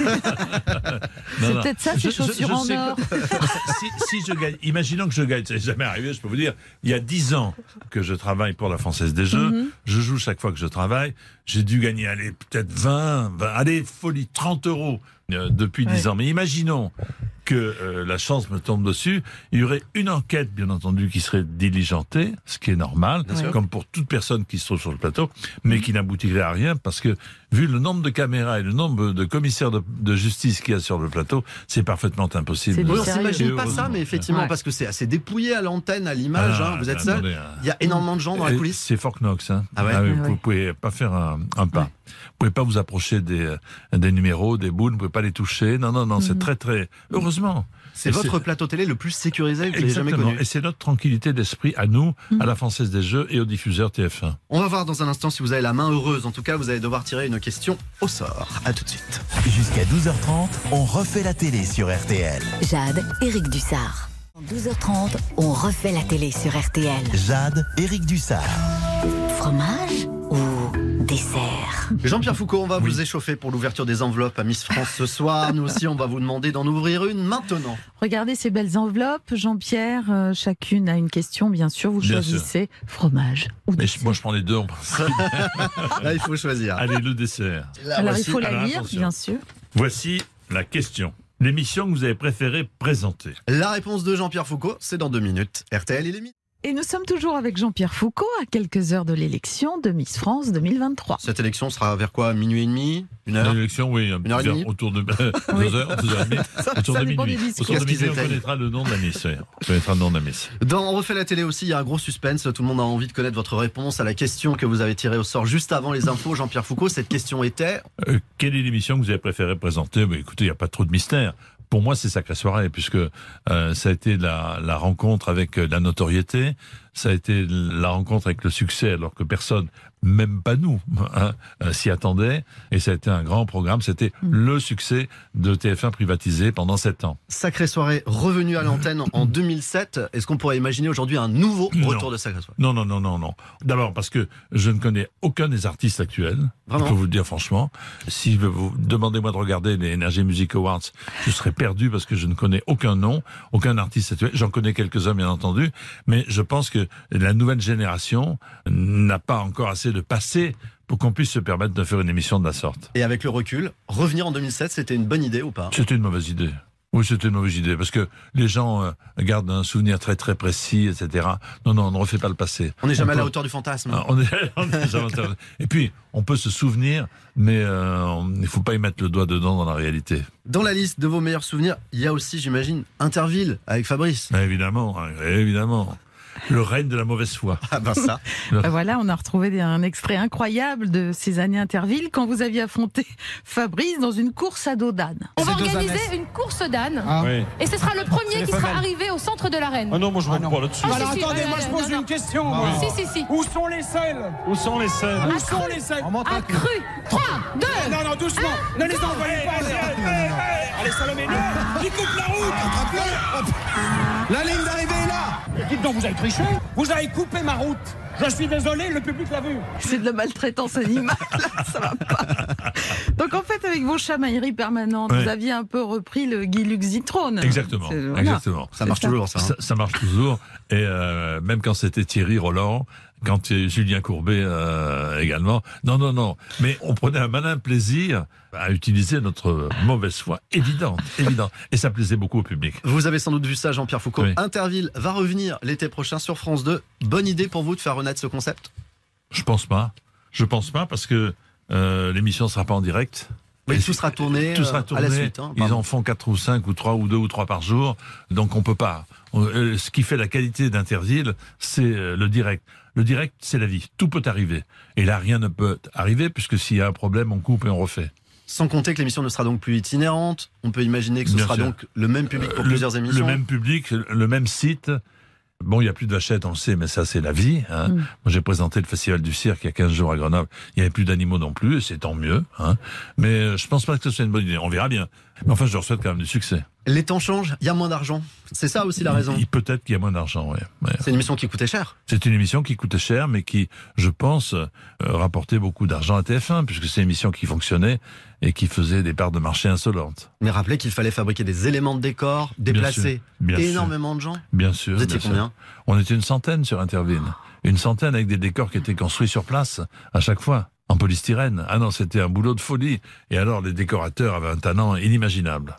Speaker 5: C'est
Speaker 8: non.
Speaker 5: peut-être ça,
Speaker 8: Je-
Speaker 5: ces
Speaker 8: je- je
Speaker 5: chaussures en
Speaker 8: sais
Speaker 5: or.
Speaker 8: si, si je gagne, imaginons que je gagne, ça n'est jamais arrivé, je peux vous dire, il y a 10 ans que je travaille pour la Française des Jeux,
Speaker 5: Mhm.
Speaker 8: je joue chaque fois que je travaille, j'ai dû gagner, allez, peut-être 20, 20, allez, folie, 30 euros euh, depuis 10 ans. Mais imaginons que euh, la chance me tombe dessus, il y aurait une enquête, bien entendu, qui serait diligentée, ce qui est normal,
Speaker 4: Bien sûr.
Speaker 8: comme pour toute personne qui se trouve sur le plateau, mais qui n'aboutirait à rien, parce que vu le nombre de caméras et le nombre de commissaires de, de justice qu'il y a sur le plateau, c'est parfaitement impossible.
Speaker 4: Oui, on
Speaker 8: Et
Speaker 4: s'imagine pas ça,
Speaker 8: heureusement.
Speaker 4: mais effectivement, parce que c'est assez dépouillé à l'antenne, à l'image.
Speaker 8: Ah,
Speaker 4: hein, vous êtes seul.
Speaker 8: attendez, hein.
Speaker 4: Il y a énormément de gens dans la
Speaker 8: Et
Speaker 4: coulisse.
Speaker 8: C'est Fort Knox. Hein.
Speaker 4: Ah ouais
Speaker 8: oui,
Speaker 4: Ah
Speaker 8: vous
Speaker 4: ouais.
Speaker 8: pouvez pas faire un, un pas. Vous pouvez pas vous approcher des, euh, des numéros, des boules, vous pouvez pas les toucher. Non, non, non, c'est
Speaker 4: Mhm.
Speaker 8: très, très. Heureusement.
Speaker 4: C'est
Speaker 8: Et
Speaker 4: votre plateau télé le plus sécurisé que j'ai jamais
Speaker 8: Exactement.
Speaker 4: connu.
Speaker 8: Et c'est notre tranquillité d'esprit à nous,
Speaker 4: Mhm.
Speaker 8: à la Française des Jeux et aux diffuseurs TF1.
Speaker 4: On va voir dans un instant si vous avez la main heureuse. En tout cas, vous allez devoir tirer une question au sort. À tout de suite.
Speaker 2: Jusqu'à 12h30, on refait la télé sur RTL.
Speaker 3: Jade, Eric Dussard. 12h30, on refait la télé sur RTL.
Speaker 2: Jade, Eric Dussard.
Speaker 3: Fromage ou dessert
Speaker 4: Jean-Pierre Foucault, on va vous échauffer pour l'ouverture des enveloppes à Miss France ce soir. Nous aussi, on va vous demander d'en ouvrir une maintenant.
Speaker 5: Regardez ces belles enveloppes, Jean-Pierre. euh, chacune a une question, bien sûr. Vous
Speaker 8: Bien
Speaker 5: choisissez fromage.
Speaker 8: Mais je- moi, je prends les deux. en principe. Ah.
Speaker 4: Là, il faut choisir.
Speaker 8: Allez, le dessert.
Speaker 5: Alors, il faut la
Speaker 8: Alors,
Speaker 5: lire,
Speaker 8: attention.
Speaker 5: bien sûr.
Speaker 8: Voici la question. L'émission que vous avez préféré présenter.
Speaker 4: La réponse de Jean-Pierre Foucault, c'est dans deux minutes. RTL, il est midi.
Speaker 5: Et nous sommes toujours avec Jean-Pierre Foucault à quelques heures de l'élection de Miss France 2023.
Speaker 4: Cette élection sera vers quoi Minuit et demi Une heure
Speaker 8: L'élection, oui, un
Speaker 4: Une heure et
Speaker 8: petit
Speaker 4: demie
Speaker 8: verre autour de 2 heures, 2 heures et demie,
Speaker 4: Ça-
Speaker 8: autour
Speaker 4: ça
Speaker 8: de
Speaker 4: dépend
Speaker 8: minuit.
Speaker 4: des discours.
Speaker 8: Autour de
Speaker 4: Qu'est-ce qu'ils
Speaker 8: minuit, on
Speaker 4: éteignent
Speaker 8: connaîtra le nom de la miss. oui. On connaîtra le nom de la miss.
Speaker 4: Dans On refait la télé aussi, il y a un gros suspense. Tout le monde a envie de connaître votre réponse à la question que vous avez tirée au sort juste avant les infos. Jean-Pierre Foucault, cette question était
Speaker 8: Euh, quelle est l'émission que vous avez préféré présenter Bah, Écoutez, il n'y a pas trop de mystère. Pour moi, c'est Sacrée Soirée, puisque euh, ça a été la, la rencontre avec euh, la notoriété, ça a été la rencontre avec le succès, alors que personne, même pas nous, hein, euh, s'y attendait. Et ça a été un grand programme. C'était le succès de TF1 privatisé pendant sept ans.
Speaker 4: Sacrée Soirée revenue à l'antenne en 2007. Est-ce qu'on pourrait imaginer aujourd'hui un nouveau retour de Sacrée Soirée
Speaker 8: Non, non, non, non, non. D'abord parce que je ne connais aucun des artistes actuels.
Speaker 4: Vraiment
Speaker 8: je peux vous le dire franchement. Si je vous demandez-moi de regarder les Energy Music Awards, je serais perdu parce que je ne connais aucun nom, aucun artiste actuel. J'en connais quelques-uns, bien entendu, mais je pense que la nouvelle génération n'a pas encore assez de passé pour qu'on puisse se permettre de faire une émission de la sorte.
Speaker 4: Et avec le recul, revenir en 2007, c'était une bonne idée ou pas
Speaker 8: C'était une mauvaise idée. Oui, c'était une mauvaise idée, parce que les gens euh, gardent un souvenir très très précis, etc. Non, non, on ne refait pas le passé.
Speaker 4: On n'est jamais à la
Speaker 8: peut-
Speaker 4: hauteur du fantasme.
Speaker 8: Ah, on est- on est jamais à la hauteur. Et puis, on peut se souvenir, mais euh, on- il ne faut pas y mettre le doigt dedans dans la réalité.
Speaker 4: Dans la liste de vos meilleurs souvenirs, il y a aussi, j'imagine, Interville avec Fabrice.
Speaker 8: Mais Évidemment, hein, évidemment. Le règne de la mauvaise foi.
Speaker 4: Ah ben ça.
Speaker 5: Ben voilà, on a retrouvé des- un extrait incroyable de ces années Interville quand vous aviez affronté Fabrice dans une course à dos d'âne.
Speaker 17: On va organiser une course d'âne.
Speaker 5: Ah. Oui.
Speaker 17: Et ce sera le premier qui sera arrivé au centre de l'arène.
Speaker 13: Ah non, moi je m'en parle là-dessus.
Speaker 17: Ah, si, si, ouais, ouais, non, non. Ah,
Speaker 13: moi.
Speaker 17: Si, si, si. Où sont les selles
Speaker 13: Où sont les scènes
Speaker 17: Où sont les selles Accru 3, 2,
Speaker 14: Non, non, doucement. Ne les envoyez pas. Allez, allez, allez. Allez, Salomé, non. Il coupe la route. Attrape-le. La ligne d'arrivée est là. Dites donc, vous avez triché. Vous avez coupé ma route. Je suis désolé, le public l'a vu.
Speaker 5: C'est de la maltraitance animale, là, ça va pas. Donc en fait, avec vos chamailleries permanentes,
Speaker 8: Ouais.
Speaker 5: vous aviez un peu repris le Guy Luxitrone.
Speaker 8: Exactement.
Speaker 5: C'est- voilà.
Speaker 8: exactement.
Speaker 4: Ça marche
Speaker 5: C'est ça.
Speaker 4: toujours, ça, hein.
Speaker 8: Ça marche toujours. Et euh, même quand c'était Thierry Roland, quand il y a eu Julien Courbet euh, également. Non, non, non. Mais on prenait un malin plaisir à utiliser notre mauvaise foi évidente, évidente. Et ça plaisait beaucoup au public.
Speaker 4: Vous avez sans doute vu ça, Jean-Pierre Foucault.
Speaker 8: Oui.
Speaker 4: Interville va revenir l'été prochain sur France 2. Bonne idée pour vous de faire renaître ce concept
Speaker 8: Je pense pas. Je pense pas parce que euh, l'émission ne sera pas en direct.
Speaker 4: Oui,
Speaker 8: Et
Speaker 4: tout sera tourné,
Speaker 8: Tout
Speaker 4: euh,
Speaker 8: sera
Speaker 4: à
Speaker 8: tourné.
Speaker 4: la suite, hein,
Speaker 8: Ils
Speaker 4: pardon.
Speaker 8: en font 4 ou 5 ou 3 ou 2 ou 3 par jour. Donc on peut pas. On- euh, ce qui fait la qualité d'Interville, c'est euh, le direct. Le direct, c'est la vie. Tout peut arriver. Et là, rien ne peut arriver puisque s'il y a un problème, on coupe et on refait.
Speaker 4: Sans compter que l'émission ne sera donc plus itinérante. On peut imaginer que ce
Speaker 8: Bien
Speaker 4: sera
Speaker 8: sûr. Euh,
Speaker 4: donc le même public pour
Speaker 8: le-
Speaker 4: plusieurs émissions.
Speaker 8: Le même public, le même site. Bon, il n'y a plus de vachettes, on le sait, mais ça, c'est la vie. hein.
Speaker 5: Mm.
Speaker 8: Moi, j'ai présenté le Festival du Cirque il y a 15 jours à Grenoble. Il n'y avait plus d'animaux non plus, et c'est tant mieux. hein. Mais euh, je pense pas que ce soit une bonne idée. On verra bien. Mais enfin, je leur souhaite quand même du succès.
Speaker 4: Les temps changent, il y a moins d'argent. C'est ça aussi la raison.
Speaker 8: Il- Peut-être qu'il y a moins d'argent, ouais. Ouais.
Speaker 4: C'est une émission qui coûtait cher.
Speaker 8: C'est une émission qui coûtait cher, mais qui, je pense, euh, rapportait beaucoup d'argent à TF1, puisque c'est une émission qui fonctionnait et qui faisait des parts de marché insolentes.
Speaker 4: Mais rappelez qu'il fallait fabriquer des éléments de décor, déplacer
Speaker 8: Bien sûr, bien sûr.
Speaker 4: énormément de gens.
Speaker 8: Bien sûr.
Speaker 4: Vous étiez
Speaker 8: bien sûr.
Speaker 4: combien
Speaker 8: On était une centaine sur Interville. Une centaine avec des décors qui étaient construits sur place, à chaque fois, en polystyrène. Ah non, c'était un boulot de folie. Et alors, les décorateurs avaient un talent inimaginable.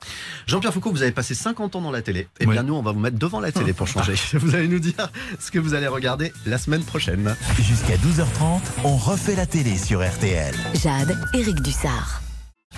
Speaker 4: Jean-Pierre Foucault, vous avez passé 50 ans dans la télé. Eh
Speaker 8: Oui.
Speaker 4: bien, nous, on va vous mettre devant la télé pour changer. vous allez nous dire ce que vous allez regarder la semaine prochaine.
Speaker 2: Jusqu'à 12h30, on refait la télé sur RTL.
Speaker 3: Jade, Éric Dussard.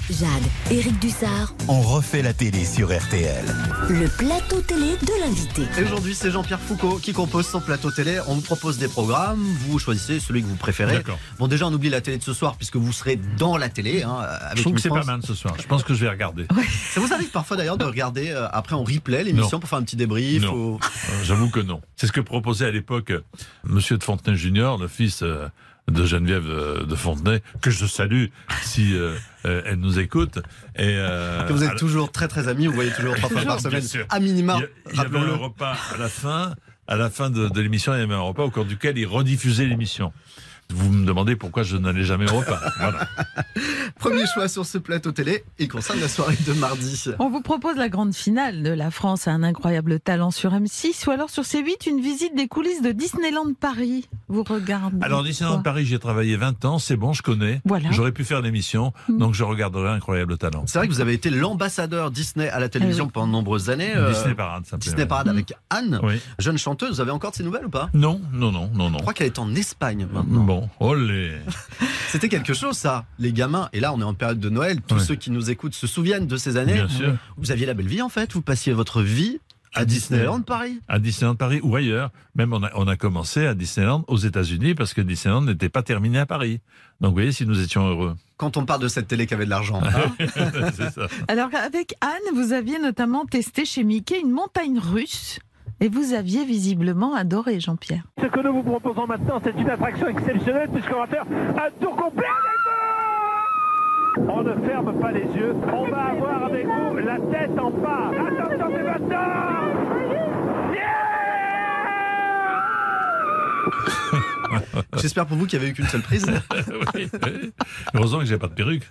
Speaker 3: Jade, Éric Dussard,
Speaker 2: On refait la télé sur RTL.
Speaker 3: le plateau télé de l'invité.
Speaker 4: Et aujourd'hui, c'est Jean-Pierre Foucault qui compose son plateau télé. On vous propose des programmes, vous choisissez celui que vous préférez.
Speaker 8: D'accord.
Speaker 4: Bon, déjà, on oublie la télé de ce soir puisque vous serez dans la télé. hein, avec
Speaker 8: je trouve
Speaker 4: une
Speaker 8: que c'est pas
Speaker 4: France.
Speaker 8: mal ce soir. Je pense que je vais regarder.
Speaker 4: Ça vous arrive parfois d'ailleurs de regarder euh, après en replay l'émission
Speaker 8: Non.
Speaker 4: pour faire un petit débrief
Speaker 8: Non.
Speaker 4: ou-
Speaker 8: Euh, J'avoue que non. C'est ce que proposait à l'époque euh, Monsieur de Fontenay Junior, le fils euh, de Geneviève euh, de Fontenay, que je salue si euh, euh, elle nous écoute. Et euh,
Speaker 4: Que vous êtes
Speaker 8: à-
Speaker 4: toujours très très amis, vous voyez toujours trois fois par
Speaker 8: Bien
Speaker 4: semaine.
Speaker 8: sûr.
Speaker 4: À minima,
Speaker 8: Il y a- Il y avait un
Speaker 4: rappelons-le.
Speaker 8: repas à la fin, à la fin de, de l'émission, il y avait un repas au cours duquel il rediffusait l'émission. Vous me demandez pourquoi je n'allais jamais au repas. Voilà.
Speaker 4: Premier choix sur ce plateau télé, il concerne la soirée de mardi.
Speaker 5: On vous propose la grande finale de La France a un incroyable talent sur M6 ou alors sur C8 une visite des coulisses de Disneyland Paris. Vous regardez.
Speaker 8: Alors, Disneyland
Speaker 5: quoi
Speaker 8: Paris, j'ai travaillé 20 ans, c'est bon, je connais.
Speaker 5: Voilà.
Speaker 8: J'aurais pu faire l'émission,
Speaker 5: Mm.
Speaker 8: donc je regarderai Incroyable Talent.
Speaker 4: C'est vrai que vous avez été l'ambassadeur Disney à la télévision
Speaker 5: Eh oui. Mm.
Speaker 4: pendant de nombreuses années. euh,
Speaker 8: Disney Parade, ça me plaît,
Speaker 4: Disney
Speaker 8: ouais.
Speaker 4: Parade avec Anne,
Speaker 8: Oui.
Speaker 4: jeune chanteuse. Vous avez encore de ses nouvelles ou pas
Speaker 8: Non, non, non, non, non.
Speaker 4: Je crois qu'elle est en Espagne maintenant.
Speaker 8: Bon, olé.
Speaker 4: C'était quelque chose, ça. Les gamins, et là, on est en période de Noël. Tous
Speaker 8: Ouais.
Speaker 4: ceux qui nous écoutent se souviennent de ces années.
Speaker 8: Bien sûr.
Speaker 4: Vous aviez la belle vie, en fait. Vous passiez votre vie à,
Speaker 8: À
Speaker 4: Disneyland
Speaker 8: Disney.
Speaker 4: Paris.
Speaker 8: à Disneyland Paris ou ailleurs. Même on a, on a commencé à Disneyland aux États-Unis parce que Disneyland n'était pas terminé à Paris. Donc vous voyez si nous étions heureux.
Speaker 4: Quand on parle de cette télé qui avait de l'argent. hein.
Speaker 8: C'est ça.
Speaker 5: Alors, avec Anne, vous aviez notamment testé chez Mickey une montagne russe. Et vous aviez visiblement adoré, Jean-Pierre.
Speaker 14: Ce que nous vous proposons maintenant, c'est une attraction exceptionnelle puisqu'on va faire un tour complet avec vous On ne ferme pas les yeux, on va avoir avec vous la tête en bas. Attention, c'est maintenant Yeah
Speaker 4: Ah, J'espère pour vous qu'il n'y avait eu qu'une seule prise.
Speaker 8: Ah Oui, oui. Heureusement que j'ai pas de perruque.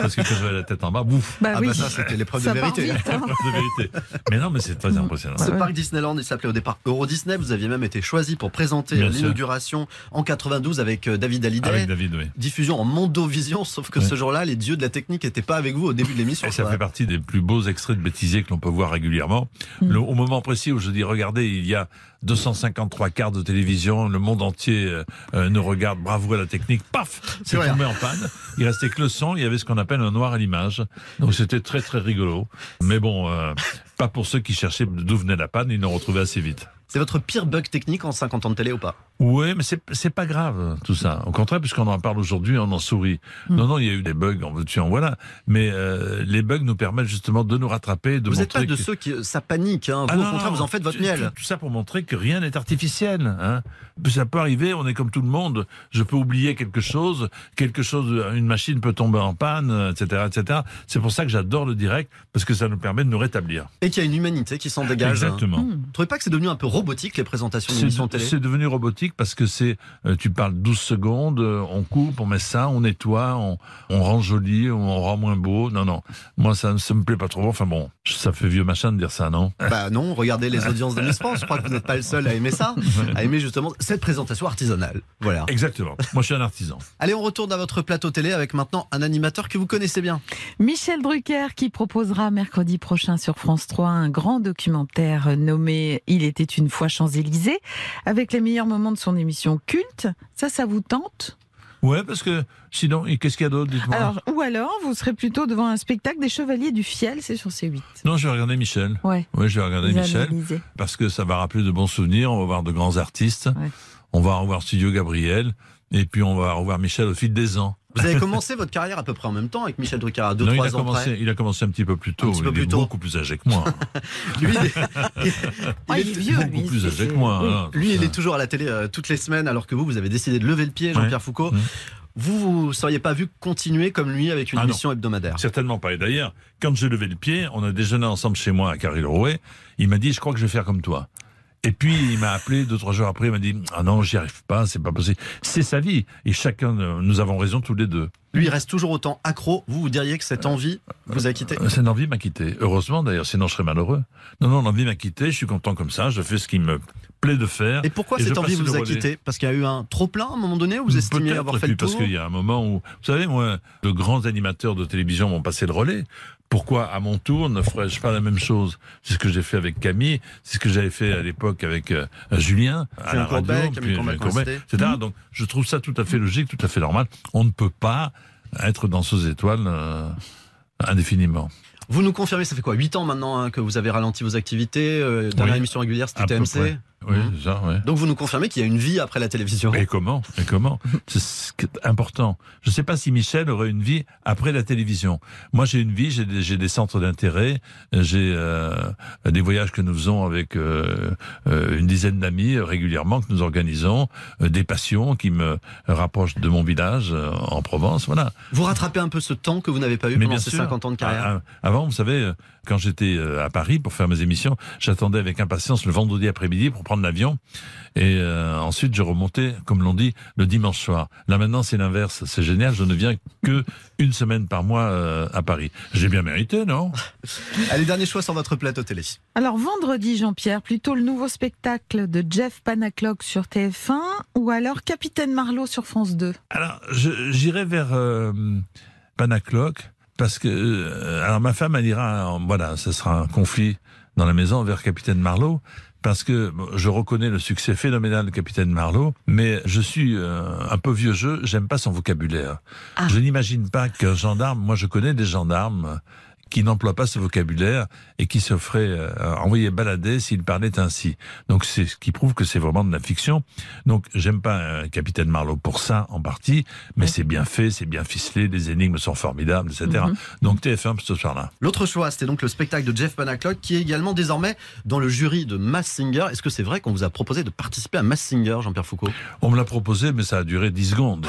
Speaker 8: Parce que quand j'avais la tête en bas, bouf.
Speaker 4: Bah Ah oui. bah ça, c'était l'épreuve de Ça part vérité. vite, hein.
Speaker 8: L'épreuve de vérité. Mais non, mais c'est très impressionnant.
Speaker 4: Ce parc Disneyland, il s'appelait au départ Euro Disney. Vous aviez même été choisi pour présenter
Speaker 8: Bien sûr.
Speaker 4: l'inauguration en 92 avec euh, David Hallyday.
Speaker 8: Avec David, oui.
Speaker 4: Diffusion en Mondovision, sauf que
Speaker 8: Ouais.
Speaker 4: ce jour-là, les dieux de la technique n'étaient pas avec vous au début de l'émission.
Speaker 8: Et ça
Speaker 4: quoi.
Speaker 8: fait partie des plus beaux extraits de bêtisier que l'on peut voir régulièrement. Le- au moment précis où je dis, regardez, il y a 253 quarts de télévision, le monde entier euh, euh, nous regarde, bravo à la technique, paf C'est tombé en panne. Il restait que le son, il y avait ce qu'on appelle un noir à l'image. Donc c'était très très rigolo. Mais bon, euh, pas pour ceux qui cherchaient d'où venait la panne, ils l'ont retrouvé assez vite.
Speaker 4: C'est votre pire bug technique en 50 ans de télé ou pas
Speaker 8: Oui, mais c'est c'est pas grave tout ça. Au contraire, puisqu'on en parle aujourd'hui, on en sourit. Non, non, il y a eu des bugs, en veux-tu, en voilà. Mais euh, les bugs nous permettent justement de nous rattraper, de
Speaker 4: Vous n'êtes
Speaker 8: montrer
Speaker 4: pas de
Speaker 8: que-
Speaker 4: ceux qui. Ça panique, hein. Vous,
Speaker 8: Ah
Speaker 4: au
Speaker 8: non,
Speaker 4: contraire,
Speaker 8: non,
Speaker 4: vous en faites votre
Speaker 8: tout-
Speaker 4: miel.
Speaker 8: Tout, tout ça pour montrer que rien n'est artificiel. Hein. Ça peut arriver, on est comme tout le monde. Je peux oublier quelque chose, quelque chose, une machine peut tomber en panne, euh, etc., etc. C'est pour ça que j'adore le direct parce que ça nous permet de nous rétablir.
Speaker 4: Et qu'il y a une humanité qui s'en dégage. hein.
Speaker 8: Exactement.
Speaker 4: Vous trouvez pas que c'est devenu un peu robotique les présentations d'émissions
Speaker 8: C'est-
Speaker 4: télé
Speaker 8: C'est devenu robotique parce que c'est, euh, tu parles 12 secondes, euh, on coupe, on met ça, on nettoie, on, on rend joli, on rend moins beau. Non, non, moi ça ne me plaît pas trop. Enfin bon, ça fait vieux machin de dire ça, non
Speaker 4: Bah non, regardez
Speaker 8: Ah.
Speaker 4: les audiences de Miss France. Je crois que vous n'êtes pas le seul à aimer ça, à aimer justement cette présentation artisanale. Voilà.
Speaker 8: Exactement. Moi, je suis un artisan.
Speaker 4: Allez, on retourne à votre plateau télé avec maintenant un animateur que vous connaissez bien.
Speaker 5: Michel Drucker qui proposera mercredi prochain sur France 3 un grand documentaire nommé Il était une fois Champs-Élysées avec les meilleurs moments de son émission culte. Ça, ça vous tente
Speaker 8: Ouais, parce que sinon, et qu'est-ce qu'il y a d'autre Dites-moi.
Speaker 5: Alors, ou alors, vous serez plutôt devant un spectacle des Chevaliers du Fiel, c'est sur C8.
Speaker 8: Non, je vais regarder Michel.
Speaker 5: Ouais.
Speaker 8: Oui, je vais regarder
Speaker 5: Vous
Speaker 8: Michel.
Speaker 5: analysez.
Speaker 8: Parce que ça va rappeler de bons souvenirs. On va voir de grands artistes. On va revoir Studio Gabriel. Et puis, on va revoir Michel au fil des ans.
Speaker 4: Vous avez commencé votre carrière à peu près en même temps avec Michel Drucker à 2-3
Speaker 8: Non,
Speaker 4: ans
Speaker 8: il a,
Speaker 4: près.
Speaker 8: commencé, il a commencé un petit peu plus tôt.
Speaker 4: petit peu
Speaker 8: il
Speaker 4: plus
Speaker 8: est
Speaker 4: tôt.
Speaker 8: beaucoup plus âgé que moi.
Speaker 4: Lui, il est,
Speaker 5: Ah, il est vieux,
Speaker 8: beaucoup
Speaker 5: lui,
Speaker 8: plus
Speaker 5: c'est-
Speaker 8: âgé que moi. hein.
Speaker 4: Mmh. Lui, il est toujours à la télé euh, toutes les semaines, alors que vous, vous avez décidé de lever le pied, Jean-Pierre Foucault.
Speaker 8: Mmh.
Speaker 4: Vous ne seriez pas vu continuer comme lui avec une
Speaker 8: Ah non.
Speaker 4: émission hebdomadaire.
Speaker 8: Certainement pas. Et d'ailleurs, quand j'ai levé le pied, on a déjeuné ensemble chez moi à Carril-Rouet. Il m'a dit, je crois que je vais faire comme toi. Et puis, il m'a appelé deux, trois jours après. Il m'a dit, ah non, j'y arrive pas, c'est pas possible. C'est sa vie. Et chacun, euh, nous avons raison tous les deux.
Speaker 4: Lui, il reste toujours autant accro. Vous, vous diriez que cette envie vous a quitté
Speaker 8: Euh, Cette envie m'a quitté. Heureusement d'ailleurs, sinon je serais malheureux. Non, non, l'envie m'a quitté, je suis content comme ça, je fais ce qui me plaît de faire.
Speaker 4: Et pourquoi
Speaker 8: je
Speaker 4: cette envie
Speaker 8: passe le
Speaker 4: vous a
Speaker 8: relais. Mmh,
Speaker 4: quitté Parce qu'il y a eu un trop-plein à un moment donné ou vous estimez
Speaker 8: Mm, Peut-être,
Speaker 4: avoir
Speaker 8: et
Speaker 4: fait
Speaker 8: puis
Speaker 4: le tour
Speaker 8: parce qu'il y a un moment où, vous savez, moi, de grands animateurs de télévision m'ont passé le relais. Pourquoi, à mon tour, ne ferais-je pas la même chose C'est ce que j'ai fait avec Camille, c'est ce que j'avais fait à l'époque avec euh, Julien, à
Speaker 4: Julien
Speaker 8: la radio,
Speaker 4: Courbet, Camille
Speaker 8: puis
Speaker 4: Combal
Speaker 8: Julien Courbet,
Speaker 4: Combal,
Speaker 8: etc. Donc, je trouve ça tout à fait logique, tout à fait normal. On ne peut pas être dans ces étoiles euh, indéfiniment.
Speaker 4: Vous nous confirmez, ça fait quoi 8 ans maintenant hein, que vous avez ralenti vos activités euh, Dernière
Speaker 8: Oui.
Speaker 4: émission régulière,
Speaker 8: À
Speaker 4: c'était
Speaker 8: peu
Speaker 4: TMC
Speaker 8: près. Oui, c'est ça, oui.
Speaker 4: Donc vous nous confirmez qu'il y a une vie après la télévision
Speaker 8: Et comment Et comment C'est ce qui est important. Je ne sais pas si Michel aurait une vie après la télévision. Moi, j'ai une vie, j'ai des, j'ai des centres d'intérêt, j'ai euh, des voyages que nous faisons avec euh, euh, une dizaine d'amis euh, régulièrement que nous organisons, euh, des passions qui me rapprochent de mon village euh, en Provence. Voilà.
Speaker 4: Vous rattrapez un peu ce temps que vous n'avez pas eu pendant ces 50 ans de carrière
Speaker 8: Ah, ah, Avant, vous savez, euh, quand j'étais euh, à Paris pour faire mes émissions, j'attendais avec impatience le vendredi après-midi pour prendre l'avion. Et euh, ensuite, je remontais, comme l'on dit, le dimanche soir. Là, maintenant, c'est l'inverse. C'est génial. Je ne viens que une semaine par mois euh, à Paris. J'ai bien mérité, non ah.
Speaker 4: Allez, dernier choix sur votre plateau télé.
Speaker 5: Alors vendredi, Jean-Pierre, plutôt le nouveau spectacle de Jeff Panaclock sur TF1 ou alors Capitaine Marlowe sur France 2
Speaker 8: Alors, je- j'irai vers euh, Panacloc parce que euh, alors ma femme elle ira en- voilà, ce sera un conflit dans la maison vers Capitaine Marlowe parce que bon, je reconnais le succès phénoménal de Capitaine Marlowe, mais je suis euh, un peu vieux jeu, j'aime pas son vocabulaire. Je n'imagine pas qu'un gendarme, moi je connais des gendarmes euh, qui n'emploient pas ce vocabulaire et qui se feraient euh, envoyer balader s'ils parlaient ainsi. Donc c'est ce qui prouve que c'est vraiment de la fiction. Donc j'aime pas euh, Capitaine Marlowe pour ça en partie, mais c'est bien fait, c'est bien ficelé, les énigmes sont formidables, etc.
Speaker 4: Mhm.
Speaker 8: Donc TF1 ce soir-là.
Speaker 4: L'autre choix, c'était donc le spectacle de Jeff Panaclock, qui est également désormais dans le jury de Mass Singer. Est-ce que c'est vrai qu'on vous a proposé de participer à Mass Singer, Jean-Pierre Foucault
Speaker 8: On me l'a proposé, mais ça a duré 10 secondes.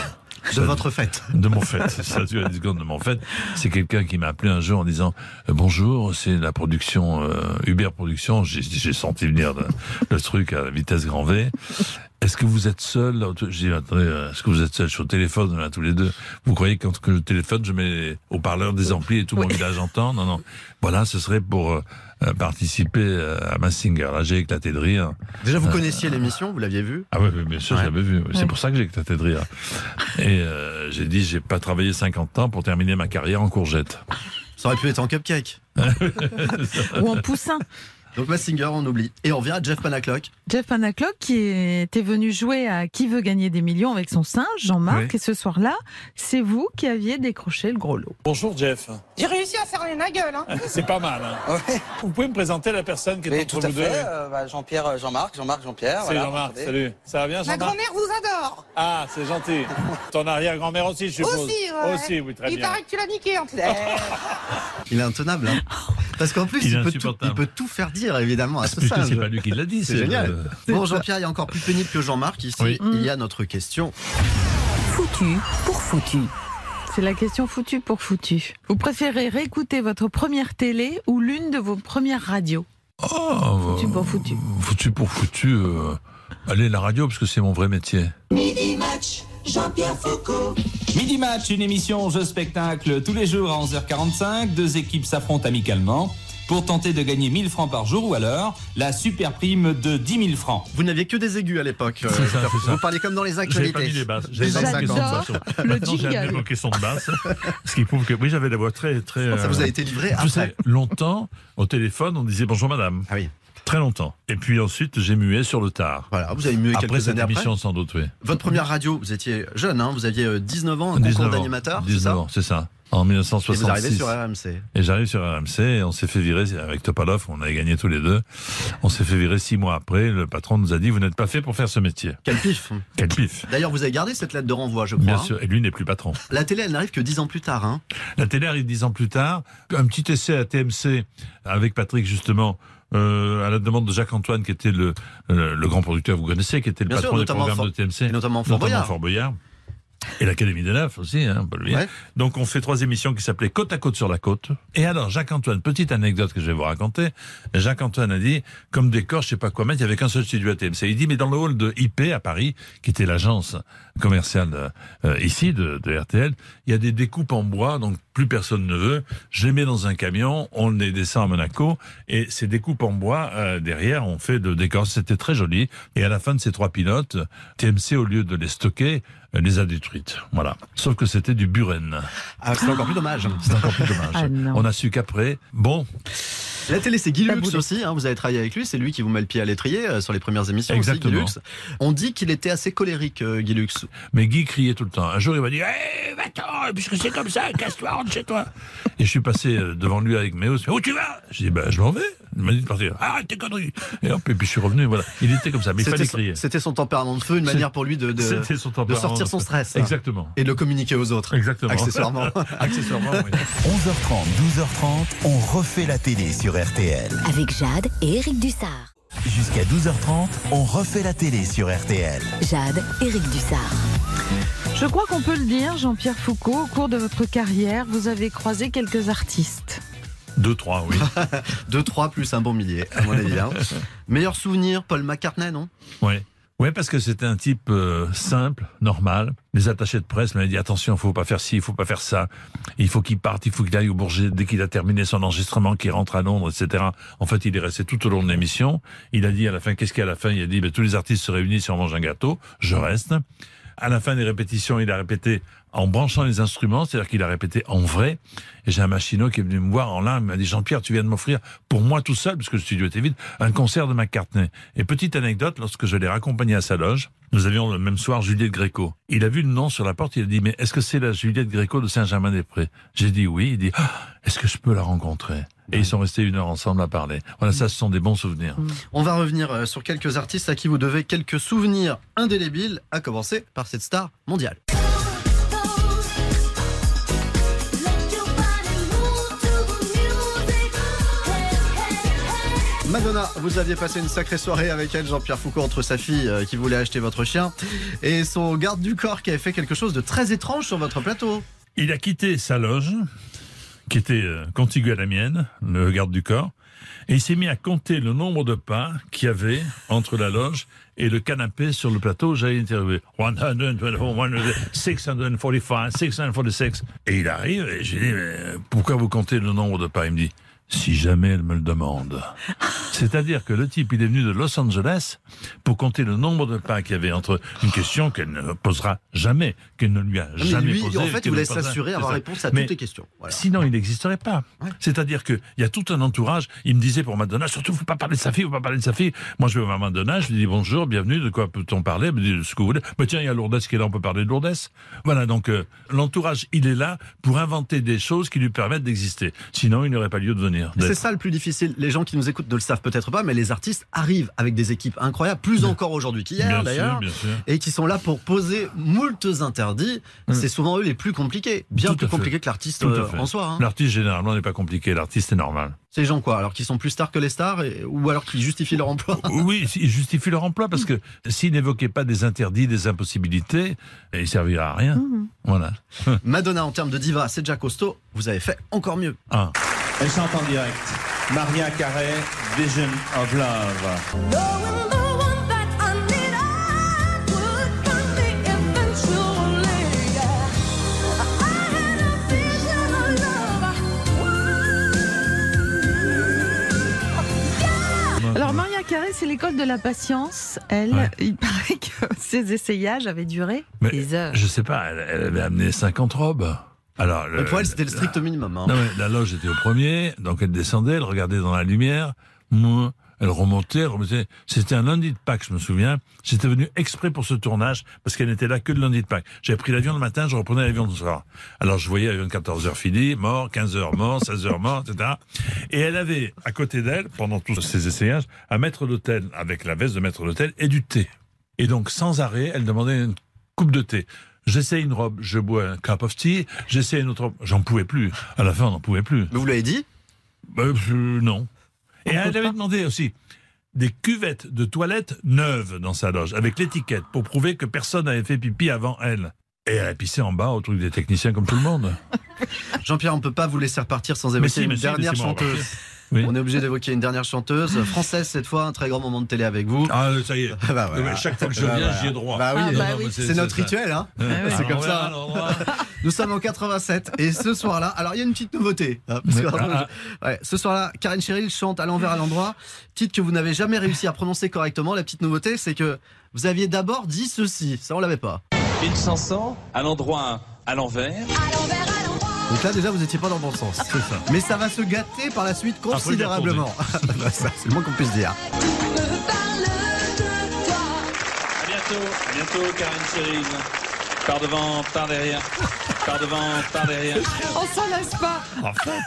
Speaker 4: De votre fête.
Speaker 8: De mon fête. Ça a duré 10 secondes de mon fête. C'est quelqu'un qui m'a appelé un jour en disant euh, Bonjour, c'est la production, euh, Uber Production. J'ai- J'ai senti venir le, le truc à la vitesse grand V. Est-ce que vous êtes seul J'ai dit Attendez, euh, est-ce que vous êtes seul Je suis au téléphone, on est là tous les deux. Vous croyez que quand que je téléphone, je mets au parleur des amplis et tout mon village entend Non, non. Voilà, ce serait pour euh, euh, participer euh, à Massinger. Là, j'ai éclaté de rire.
Speaker 4: Déjà, vous
Speaker 8: Euh,
Speaker 4: connaissiez l'émission, vous l'aviez vue
Speaker 8: ah oui, oui, bien sûr,
Speaker 4: Ouais.
Speaker 8: je l'avais vu. C'est
Speaker 4: Ouais.
Speaker 8: pour ça que j'ai éclaté de rire. Et euh, j'ai dit, j'ai pas travaillé 50 ans pour terminer ma carrière en courgette.
Speaker 4: Ah, Ça aurait pu être en cupcake.
Speaker 5: Ou en poussin.
Speaker 4: Donc Massinger, on oublie. Et on revient à Jeff Panaclock.
Speaker 5: Jeff Panaclock qui était venu jouer à Qui veut gagner des millions avec son singe, Jean-Marc.
Speaker 4: Oui.
Speaker 5: Et ce soir-là, c'est vous qui aviez décroché le gros lot.
Speaker 7: Bonjour Jeff.
Speaker 17: J'ai réussi à faire la gueule. Hein.
Speaker 7: C'est pas mal. hein. Vous pouvez me présenter la personne qui est
Speaker 18: Mais
Speaker 7: entre
Speaker 18: tout à
Speaker 7: vous deux
Speaker 18: fait, euh, bah, Jean-Pierre, euh, Jean-Marc, Jean-Marc, Jean-Pierre.
Speaker 7: C'est
Speaker 18: voilà,
Speaker 7: Jean-Marc,
Speaker 18: attendez.
Speaker 7: salut. Ça va bien
Speaker 17: Ma
Speaker 7: Jean-Marc
Speaker 17: grand-mère vous adore.
Speaker 7: Ah, c'est gentil. Ton arrière-grand-mère aussi, je suppose.
Speaker 17: Aussi, ouais.
Speaker 7: Aussi, oui, très
Speaker 17: Il
Speaker 7: bien.
Speaker 17: paraît que tu l'as niqué en plus.
Speaker 4: Il est intenable. hein. Parce qu'en plus,
Speaker 8: Il
Speaker 4: il,
Speaker 8: est
Speaker 4: peut tout, il peut tout faire dire, évidemment, à ce
Speaker 8: Puisque
Speaker 4: singe.
Speaker 8: c'est pas lui qui l'a dit,
Speaker 4: C'est
Speaker 8: c'est euh,
Speaker 4: génial.
Speaker 8: le-
Speaker 4: Bon, Jean-Pierre, il y a encore plus pénible que Jean-Marc ici. Il y a notre question.
Speaker 5: Foutu pour foutu. C'est la question foutu pour foutu. Vous préférez réécouter votre première télé ou l'une de vos premières radios
Speaker 8: Oh,
Speaker 5: Foutu pour foutu.
Speaker 8: foutu pour foutu. euh, allez, la radio, parce que c'est mon vrai métier.
Speaker 14: Midi Match, Jean-Pierre Foucault.
Speaker 11: Midi Match, une émission jeu spectacle tous les jours à 11h45. Deux équipes s'affrontent amicalement pour tenter de gagner 1000 francs par jour ou alors la super prime de 10 000 francs.
Speaker 4: Vous n'aviez que des aigus à l'époque. euh,
Speaker 8: C'est ça,
Speaker 4: Jean-Pierre.
Speaker 8: c'est ça.
Speaker 4: Vous parlez comme dans les
Speaker 8: J'avais
Speaker 4: actualités.
Speaker 8: pas mis les basses.
Speaker 4: Des années 50.
Speaker 8: Maintenant, j'ai amené mon caisson de basse. Ce qui prouve que, oui, j'avais la voix très, très. euh,
Speaker 4: Ça vous a été livré
Speaker 8: Vous
Speaker 4: après.
Speaker 8: savez, longtemps, au téléphone, on disait bonjour madame.
Speaker 4: Ah oui.
Speaker 8: Très longtemps. Et puis ensuite, j'ai mué sur le tard.
Speaker 4: Voilà, vous avez mué
Speaker 8: après
Speaker 4: quelques
Speaker 8: cette
Speaker 4: années après.
Speaker 8: émission, sans doute, oui.
Speaker 4: Votre première radio, vous étiez jeune, hein, vous aviez euh, 19 ans, un
Speaker 8: 19
Speaker 4: concours
Speaker 8: ans.
Speaker 4: d'animateur. c'est
Speaker 8: 19
Speaker 4: ça
Speaker 8: ans, c'est ça. En
Speaker 4: Et
Speaker 8: 1966.
Speaker 4: vous arrivez sur RMC.
Speaker 8: Et j'arrive sur RMC et on s'est fait virer avec Topalov, on avait gagné tous les deux. On s'est fait virer six mois après. Le patron nous a dit Vous n'êtes pas fait pour faire ce métier.
Speaker 4: Quel pif
Speaker 8: Quel pif
Speaker 4: D'ailleurs, vous avez gardé cette lettre de renvoi, je crois.
Speaker 8: Bien
Speaker 4: hein.
Speaker 8: sûr, et lui n'est plus patron.
Speaker 4: La télé, elle n'arrive que 10 ans plus tard. hein.
Speaker 8: La télé arrive dix ans plus tard. Un petit essai à TMC avec Patrick, justement. euh, à la demande de Jacques Antoine, qui était le, le, le grand producteur, vous connaissez, qui était le
Speaker 4: Bien
Speaker 8: patron
Speaker 4: sûr,
Speaker 8: des
Speaker 4: notamment
Speaker 8: programmes
Speaker 4: Fort-
Speaker 8: de TMC,
Speaker 4: et notamment Fort Boyard.
Speaker 8: et l'Académie des Neufs aussi, hein, on peut le dire. Donc on fait trois émissions qui s'appelaient Côte à Côte sur la Côte. Et alors Jacques Antoine, petite anecdote que je vais vous raconter. Jacques Antoine a dit, comme décor, je sais pas quoi mettre, il y avait qu'un seul studio à TMC. Il dit, mais dans le hall de IP à Paris, qui était l'agence commerciale euh, euh, ici de, de RTL, il y a des découpes en bois, donc plus personne ne veut. Je les mets dans un camion, on les descend à Monaco, et ces découpes en bois, euh, derrière, on fait de décor. C'était très joli. Et à la fin de ces trois pilotes, TMC, au lieu de les stocker, euh, les a détruites. Voilà. Sauf que c'était du Buren.
Speaker 4: Ah, c'est encore plus dommage.
Speaker 8: C'est encore plus dommage.
Speaker 4: Ah, non.
Speaker 8: on a su qu'après, bon,
Speaker 4: La télé, c'est Guy
Speaker 8: La
Speaker 4: Lux
Speaker 8: boulette.
Speaker 4: aussi. hein, vous avez travaillé avec lui. C'est lui qui vous met le pied à l'étrier euh, sur les premières émissions. aussi, Guy
Speaker 8: Exactement.
Speaker 4: Lux. On dit qu'il était assez colérique, euh, Guy Lux.
Speaker 8: mais Guy criait tout le temps. Un jour, il m'a dit, Hé, va-t'en, puisque c'est comme ça, casse-toi, rentre chez toi. Et je suis passé euh, devant lui avec Méos. Où tu vas J'ai dit, bah, je m'en vais. Il m'a dit de partir. Arrête tes conneries. Et hop, et puis je suis revenu. Voilà. Il était comme ça, mais il
Speaker 4: C'était
Speaker 8: fallait
Speaker 4: son-
Speaker 8: crier.
Speaker 4: C'était son tempérament de feu, une
Speaker 8: C'est-
Speaker 4: manière pour lui de, de-
Speaker 8: C'était son
Speaker 4: de
Speaker 8: tempérament.
Speaker 4: sortir son stress.
Speaker 8: Exactement.
Speaker 4: Et de le communiquer aux autres.
Speaker 8: Exactement.
Speaker 4: Accessoirement.
Speaker 8: Accessoirement, oui.
Speaker 2: 11h30, 12h30, on refait la télé sur RTL.
Speaker 3: Avec Jade et Eric Dussard.
Speaker 2: Jusqu'à 12h30, on refait la télé sur RTL.
Speaker 3: Jade, Eric Dussard.
Speaker 5: Je crois qu'on peut le dire, Jean-Pierre Foucault, au cours de votre carrière, vous avez croisé quelques artistes.
Speaker 8: Deux, trois, oui.
Speaker 4: Deux, trois, plus un bon millier, à mon avis. hein. Meilleur souvenir, Paul McCartney, non
Speaker 8: Ouais. Ouais, parce que c'était un type euh, simple, normal. Les attachés de presse m'avaient dit attention, faut pas faire ci, il faut pas faire ça. Il faut qu'il parte, il faut qu'il aille au Bourget dès qu'il a terminé son enregistrement, qu'il rentre à Londres, etc. En fait, il est resté tout au long de l'émission. Il a dit à la fin, qu'est-ce qu'il y a à la fin Il a dit ben, tous les artistes se réunissent et on mange un gâteau. Je reste. À la fin des répétitions, il a répété en branchant les instruments, c'est-à-dire qu'il a répété en vrai. Et j'ai un machino qui est venu me voir en larmes, il m'a dit Jean-Pierre, tu viens de m'offrir pour moi tout seul, parce que le studio était vide, un concert de McCartney. Et petite anecdote, lorsque je l'ai raccompagné à sa loge, nous avions le même soir Juliette Gréco. Il a vu le nom sur la porte, il a dit mais est-ce que c'est la Juliette Gréco de Saint-Germain-des-Prés J'ai dit oui, il dit Ah, est-ce que je peux la rencontrer Et ils sont restés une heure ensemble à parler. Voilà, ça, ce sont des bons souvenirs.
Speaker 4: On va revenir euh, sur quelques artistes à qui vous devez quelques souvenirs indélébiles, à commencer par cette star mondiale. Madonna, vous aviez passé une sacrée soirée avec elle, Jean-Pierre Foucault, entre sa fille euh, qui voulait acheter votre chien et son garde du corps qui avait fait quelque chose de très étrange sur votre plateau.
Speaker 8: Il a quitté sa loge, qui était euh, contiguë à la mienne, le garde du corps, et il s'est mis à compter le nombre de pas qu'il y avait entre la loge et le canapé sur le plateau. J'avais interviewé 124, 645, 646. Et il arrive et j'ai dit Mais Pourquoi vous comptez le nombre de pas Il me dit Si jamais elle me le demande. C'est-à-dire que le type, il est venu de Los Angeles pour compter le nombre de pas qu'il y avait entre une question qu'elle ne posera jamais, qu'elle ne lui a
Speaker 4: Mais
Speaker 8: jamais
Speaker 4: lui,
Speaker 8: posée.
Speaker 4: en fait,
Speaker 8: qu'elle
Speaker 4: vous
Speaker 8: ne
Speaker 4: laisse
Speaker 8: posera-
Speaker 4: s'assurer avoir
Speaker 8: C'est ça.
Speaker 4: réponse à
Speaker 8: Mais
Speaker 4: toutes les questions. Voilà.
Speaker 8: Sinon, il n'existerait pas. C'est-à-dire qu'il y a tout un entourage. Il me disait pour Madonna, surtout, faut pas parler de sa fille, faut pas parler de sa fille. Moi, je vais voir Madonna, je lui dis bonjour, bienvenue, de quoi peut-on parler Elle me dit, de ce que vous voulez. Mais tiens, il y a Lourdes qui est là, on peut parler de Lourdes. Voilà, donc euh, l'entourage, il est là pour inventer des choses qui lui permettent d'exister. Sinon, il n'aurait pas lieu de venir.
Speaker 4: C'est
Speaker 8: d'être.
Speaker 4: ça le plus difficile. Les gens qui nous écoutent ne le savent peut-être pas, mais les artistes arrivent avec des équipes incroyables, plus encore aujourd'hui
Speaker 8: Bien
Speaker 4: qu'hier
Speaker 8: sûr,
Speaker 4: d'ailleurs,
Speaker 8: bien sûr.
Speaker 4: et qui sont là pour poser moultes interdits. C'est souvent eux les plus compliqués, bien
Speaker 8: Mm. Tout
Speaker 4: plus
Speaker 8: à fait.
Speaker 4: compliqués que l'artiste
Speaker 8: Tout à
Speaker 4: euh,
Speaker 8: fait.
Speaker 4: en soi. hein.
Speaker 8: L'artiste, généralement, n'est pas compliqué. L'artiste est normal.
Speaker 4: Ces gens quoi Alors qu'ils sont plus stars que les stars, et- ou alors qu'ils justifient leur emploi
Speaker 8: Oui, ils justifient leur emploi parce que s'ils n'évoquaient pas des interdits, des impossibilités, eh, ils serviraient à rien.
Speaker 4: Mhm.
Speaker 8: Voilà.
Speaker 4: Madonna en termes de diva, c'est déjà costaud. Vous avez fait encore mieux.
Speaker 8: Un.
Speaker 11: Elle chante en direct. Maria Carré, Vision of Love.
Speaker 5: Alors Maria Carré, c'est l'école de la patience. Elle, il paraît que ses essayages avaient duré
Speaker 8: Mais
Speaker 5: des heures.
Speaker 8: je sais pas, elle, elle avait amené 50 robes. Alors,
Speaker 4: Mais pour elle, c'était le strict minimum. hein.
Speaker 8: Euh, Non, mais la loge était au premier, donc elle descendait, elle regardait dans la lumière, mouah, elle remontait, elle remontait. C'était un lundi de Pâques, je me souviens. J'étais venu exprès pour ce tournage, parce qu'elle n'était là que le lundi de Pâques. J'avais pris l'avion le matin, je reprenais l'avion le soir. Alors je voyais l'avion de 14h fini, mort, 15h mort, 16h mort, etc. Et elle avait, à côté d'elle, pendant tous ces essayages, un maître d'hôtel, avec la veste de maître d'hôtel, et du thé. Et donc, sans arrêt, elle demandait une coupe de thé. J'essaie une robe, je bois un cup of tea. J'essaie une autre robe, j'en pouvais plus. À la fin, on n'en pouvait plus. Bah, euh,
Speaker 4: Mais vous l'avez dit
Speaker 8: Non. Et elle avait demandé aussi des cuvettes de toilette neuves dans sa loge, avec l'étiquette, pour prouver que personne n'avait fait pipi avant elle. Et elle a pissé en bas au truc des techniciens comme tout le monde.
Speaker 4: Jean-Pierre, on peut pas vous laisser repartir sans
Speaker 8: Mais
Speaker 4: évoquer
Speaker 8: si,
Speaker 4: une
Speaker 8: mais si,
Speaker 4: dernière
Speaker 8: laissez-moi
Speaker 4: chanteuse.
Speaker 8: repartir. Oui.
Speaker 4: On est obligé d'évoquer une dernière chanteuse française cette fois, un très grand moment de télé avec vous.
Speaker 8: Ah, ça y est.
Speaker 4: Bah voilà.
Speaker 8: Chaque fois que je
Speaker 4: Bah
Speaker 8: viens,
Speaker 4: voilà.
Speaker 8: j'y ai droit.
Speaker 4: Bah oui.
Speaker 8: Ah, bah oui.
Speaker 4: c'est notre
Speaker 8: c'est ça.
Speaker 4: rituel, hein.
Speaker 8: Ouais, ouais.
Speaker 4: C'est comme
Speaker 8: Alors,
Speaker 4: ça.
Speaker 8: alors,
Speaker 4: Nous sommes en 87 et ce soir-là, alors il y a une petite nouveauté. hein, parce que
Speaker 8: Ah,
Speaker 4: vraiment,
Speaker 8: ah.
Speaker 4: je- ouais, ce soir-là, Karine Cheryl chante à l'envers à l'endroit, titre que vous n'avez jamais réussi à prononcer correctement. La petite nouveauté, c'est que vous aviez d'abord dit ceci, ça on l'avait pas.
Speaker 11: Une chanson à l'endroit, à l'envers.
Speaker 4: Donc là déjà vous étiez pas dans le bon sens. Mais ça va se gâter par la suite
Speaker 11: Ah, faut le dire
Speaker 4: considérablement. Bah, ça, c'est le moins qu'on puisse dire.
Speaker 11: À bientôt, à bientôt, Karine Cyril. Par devant, par derrière. Par devant, par derrière.
Speaker 5: On s'en lasse pas.
Speaker 8: En fait,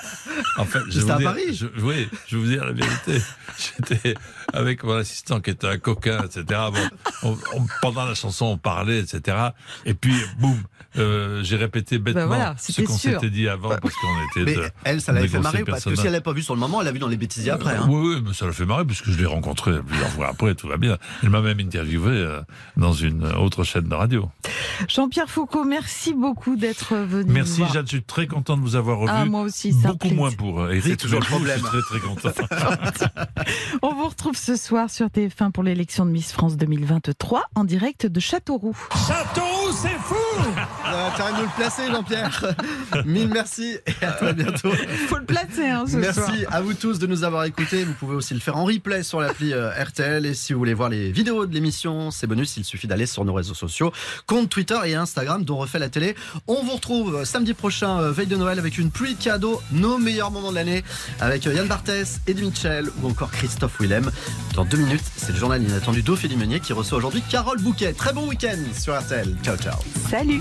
Speaker 8: En fait, je vais
Speaker 4: C'était
Speaker 8: vous
Speaker 4: à
Speaker 8: dire-
Speaker 4: Paris.
Speaker 8: je- Oui, je vais vous dire la vérité. J'étais avec mon assistant qui était un coquin, etc. Bon, on- on- pendant la chanson, on parlait, etc. Et puis, boum, euh, j'ai répété bêtement
Speaker 4: Ben voilà,
Speaker 8: ce
Speaker 4: c'était
Speaker 8: qu'on
Speaker 4: sûr.
Speaker 8: s'était dit avant parce qu'on était.
Speaker 4: Mais
Speaker 8: de-
Speaker 4: elle, ça l'avait
Speaker 8: des
Speaker 4: fait
Speaker 8: grossiers
Speaker 4: marrer ou pas Parce que si elle
Speaker 8: personnages.
Speaker 4: l'avait pas vu sur le moment, elle l'a vu dans les bêtisiers après. hein.
Speaker 8: Euh, Oui, oui, mais ça l'a fait marrer puisque je l'ai rencontré plusieurs fois après, tout va bien. Elle m'a même interviewé euh, dans une autre chaîne de radio.
Speaker 5: Jean-Pierre Foucault, merci beaucoup d'être venu. nous
Speaker 8: Merci
Speaker 5: voir.
Speaker 8: Jeanne, je suis très content de vous avoir revu.
Speaker 5: Ah, moi aussi, c'est un
Speaker 8: Beaucoup moins pour euh, Eric.
Speaker 4: C'est toujours le
Speaker 8: mais vous,
Speaker 4: problème.
Speaker 8: Je suis très très content.
Speaker 5: On vous retrouve ce soir sur TF1 pour l'élection de Miss France 2023 en direct de Châteauroux.
Speaker 4: Châteauroux, c'est fou T'as rien de Euh, le placer, Jean-Pierre. Mille merci et à très bientôt.
Speaker 5: Faut le placer, hein, ce
Speaker 4: Merci
Speaker 5: soir.
Speaker 4: à vous tous de nous avoir écoutés. Vous pouvez aussi le faire en replay sur l'appli euh, RTL. Et si vous voulez voir les vidéos de l'émission, c'est bonus. Il suffit d'aller sur nos réseaux sociaux, compte Twitter et Instagram, dont refait la télé. On vous retrouve euh, samedi prochain, euh, veille de Noël, avec une pluie de cadeaux, nos meilleurs moments de l'année, avec euh, Yann Barthès, Eddie Mitchell ou encore Christophe Willem. Dans deux minutes, c'est le journal inattendu d'Ophélie Meunier qui reçoit aujourd'hui Carole Bouquet. Très bon week-end sur RTL. Ciao, ciao.
Speaker 5: Salut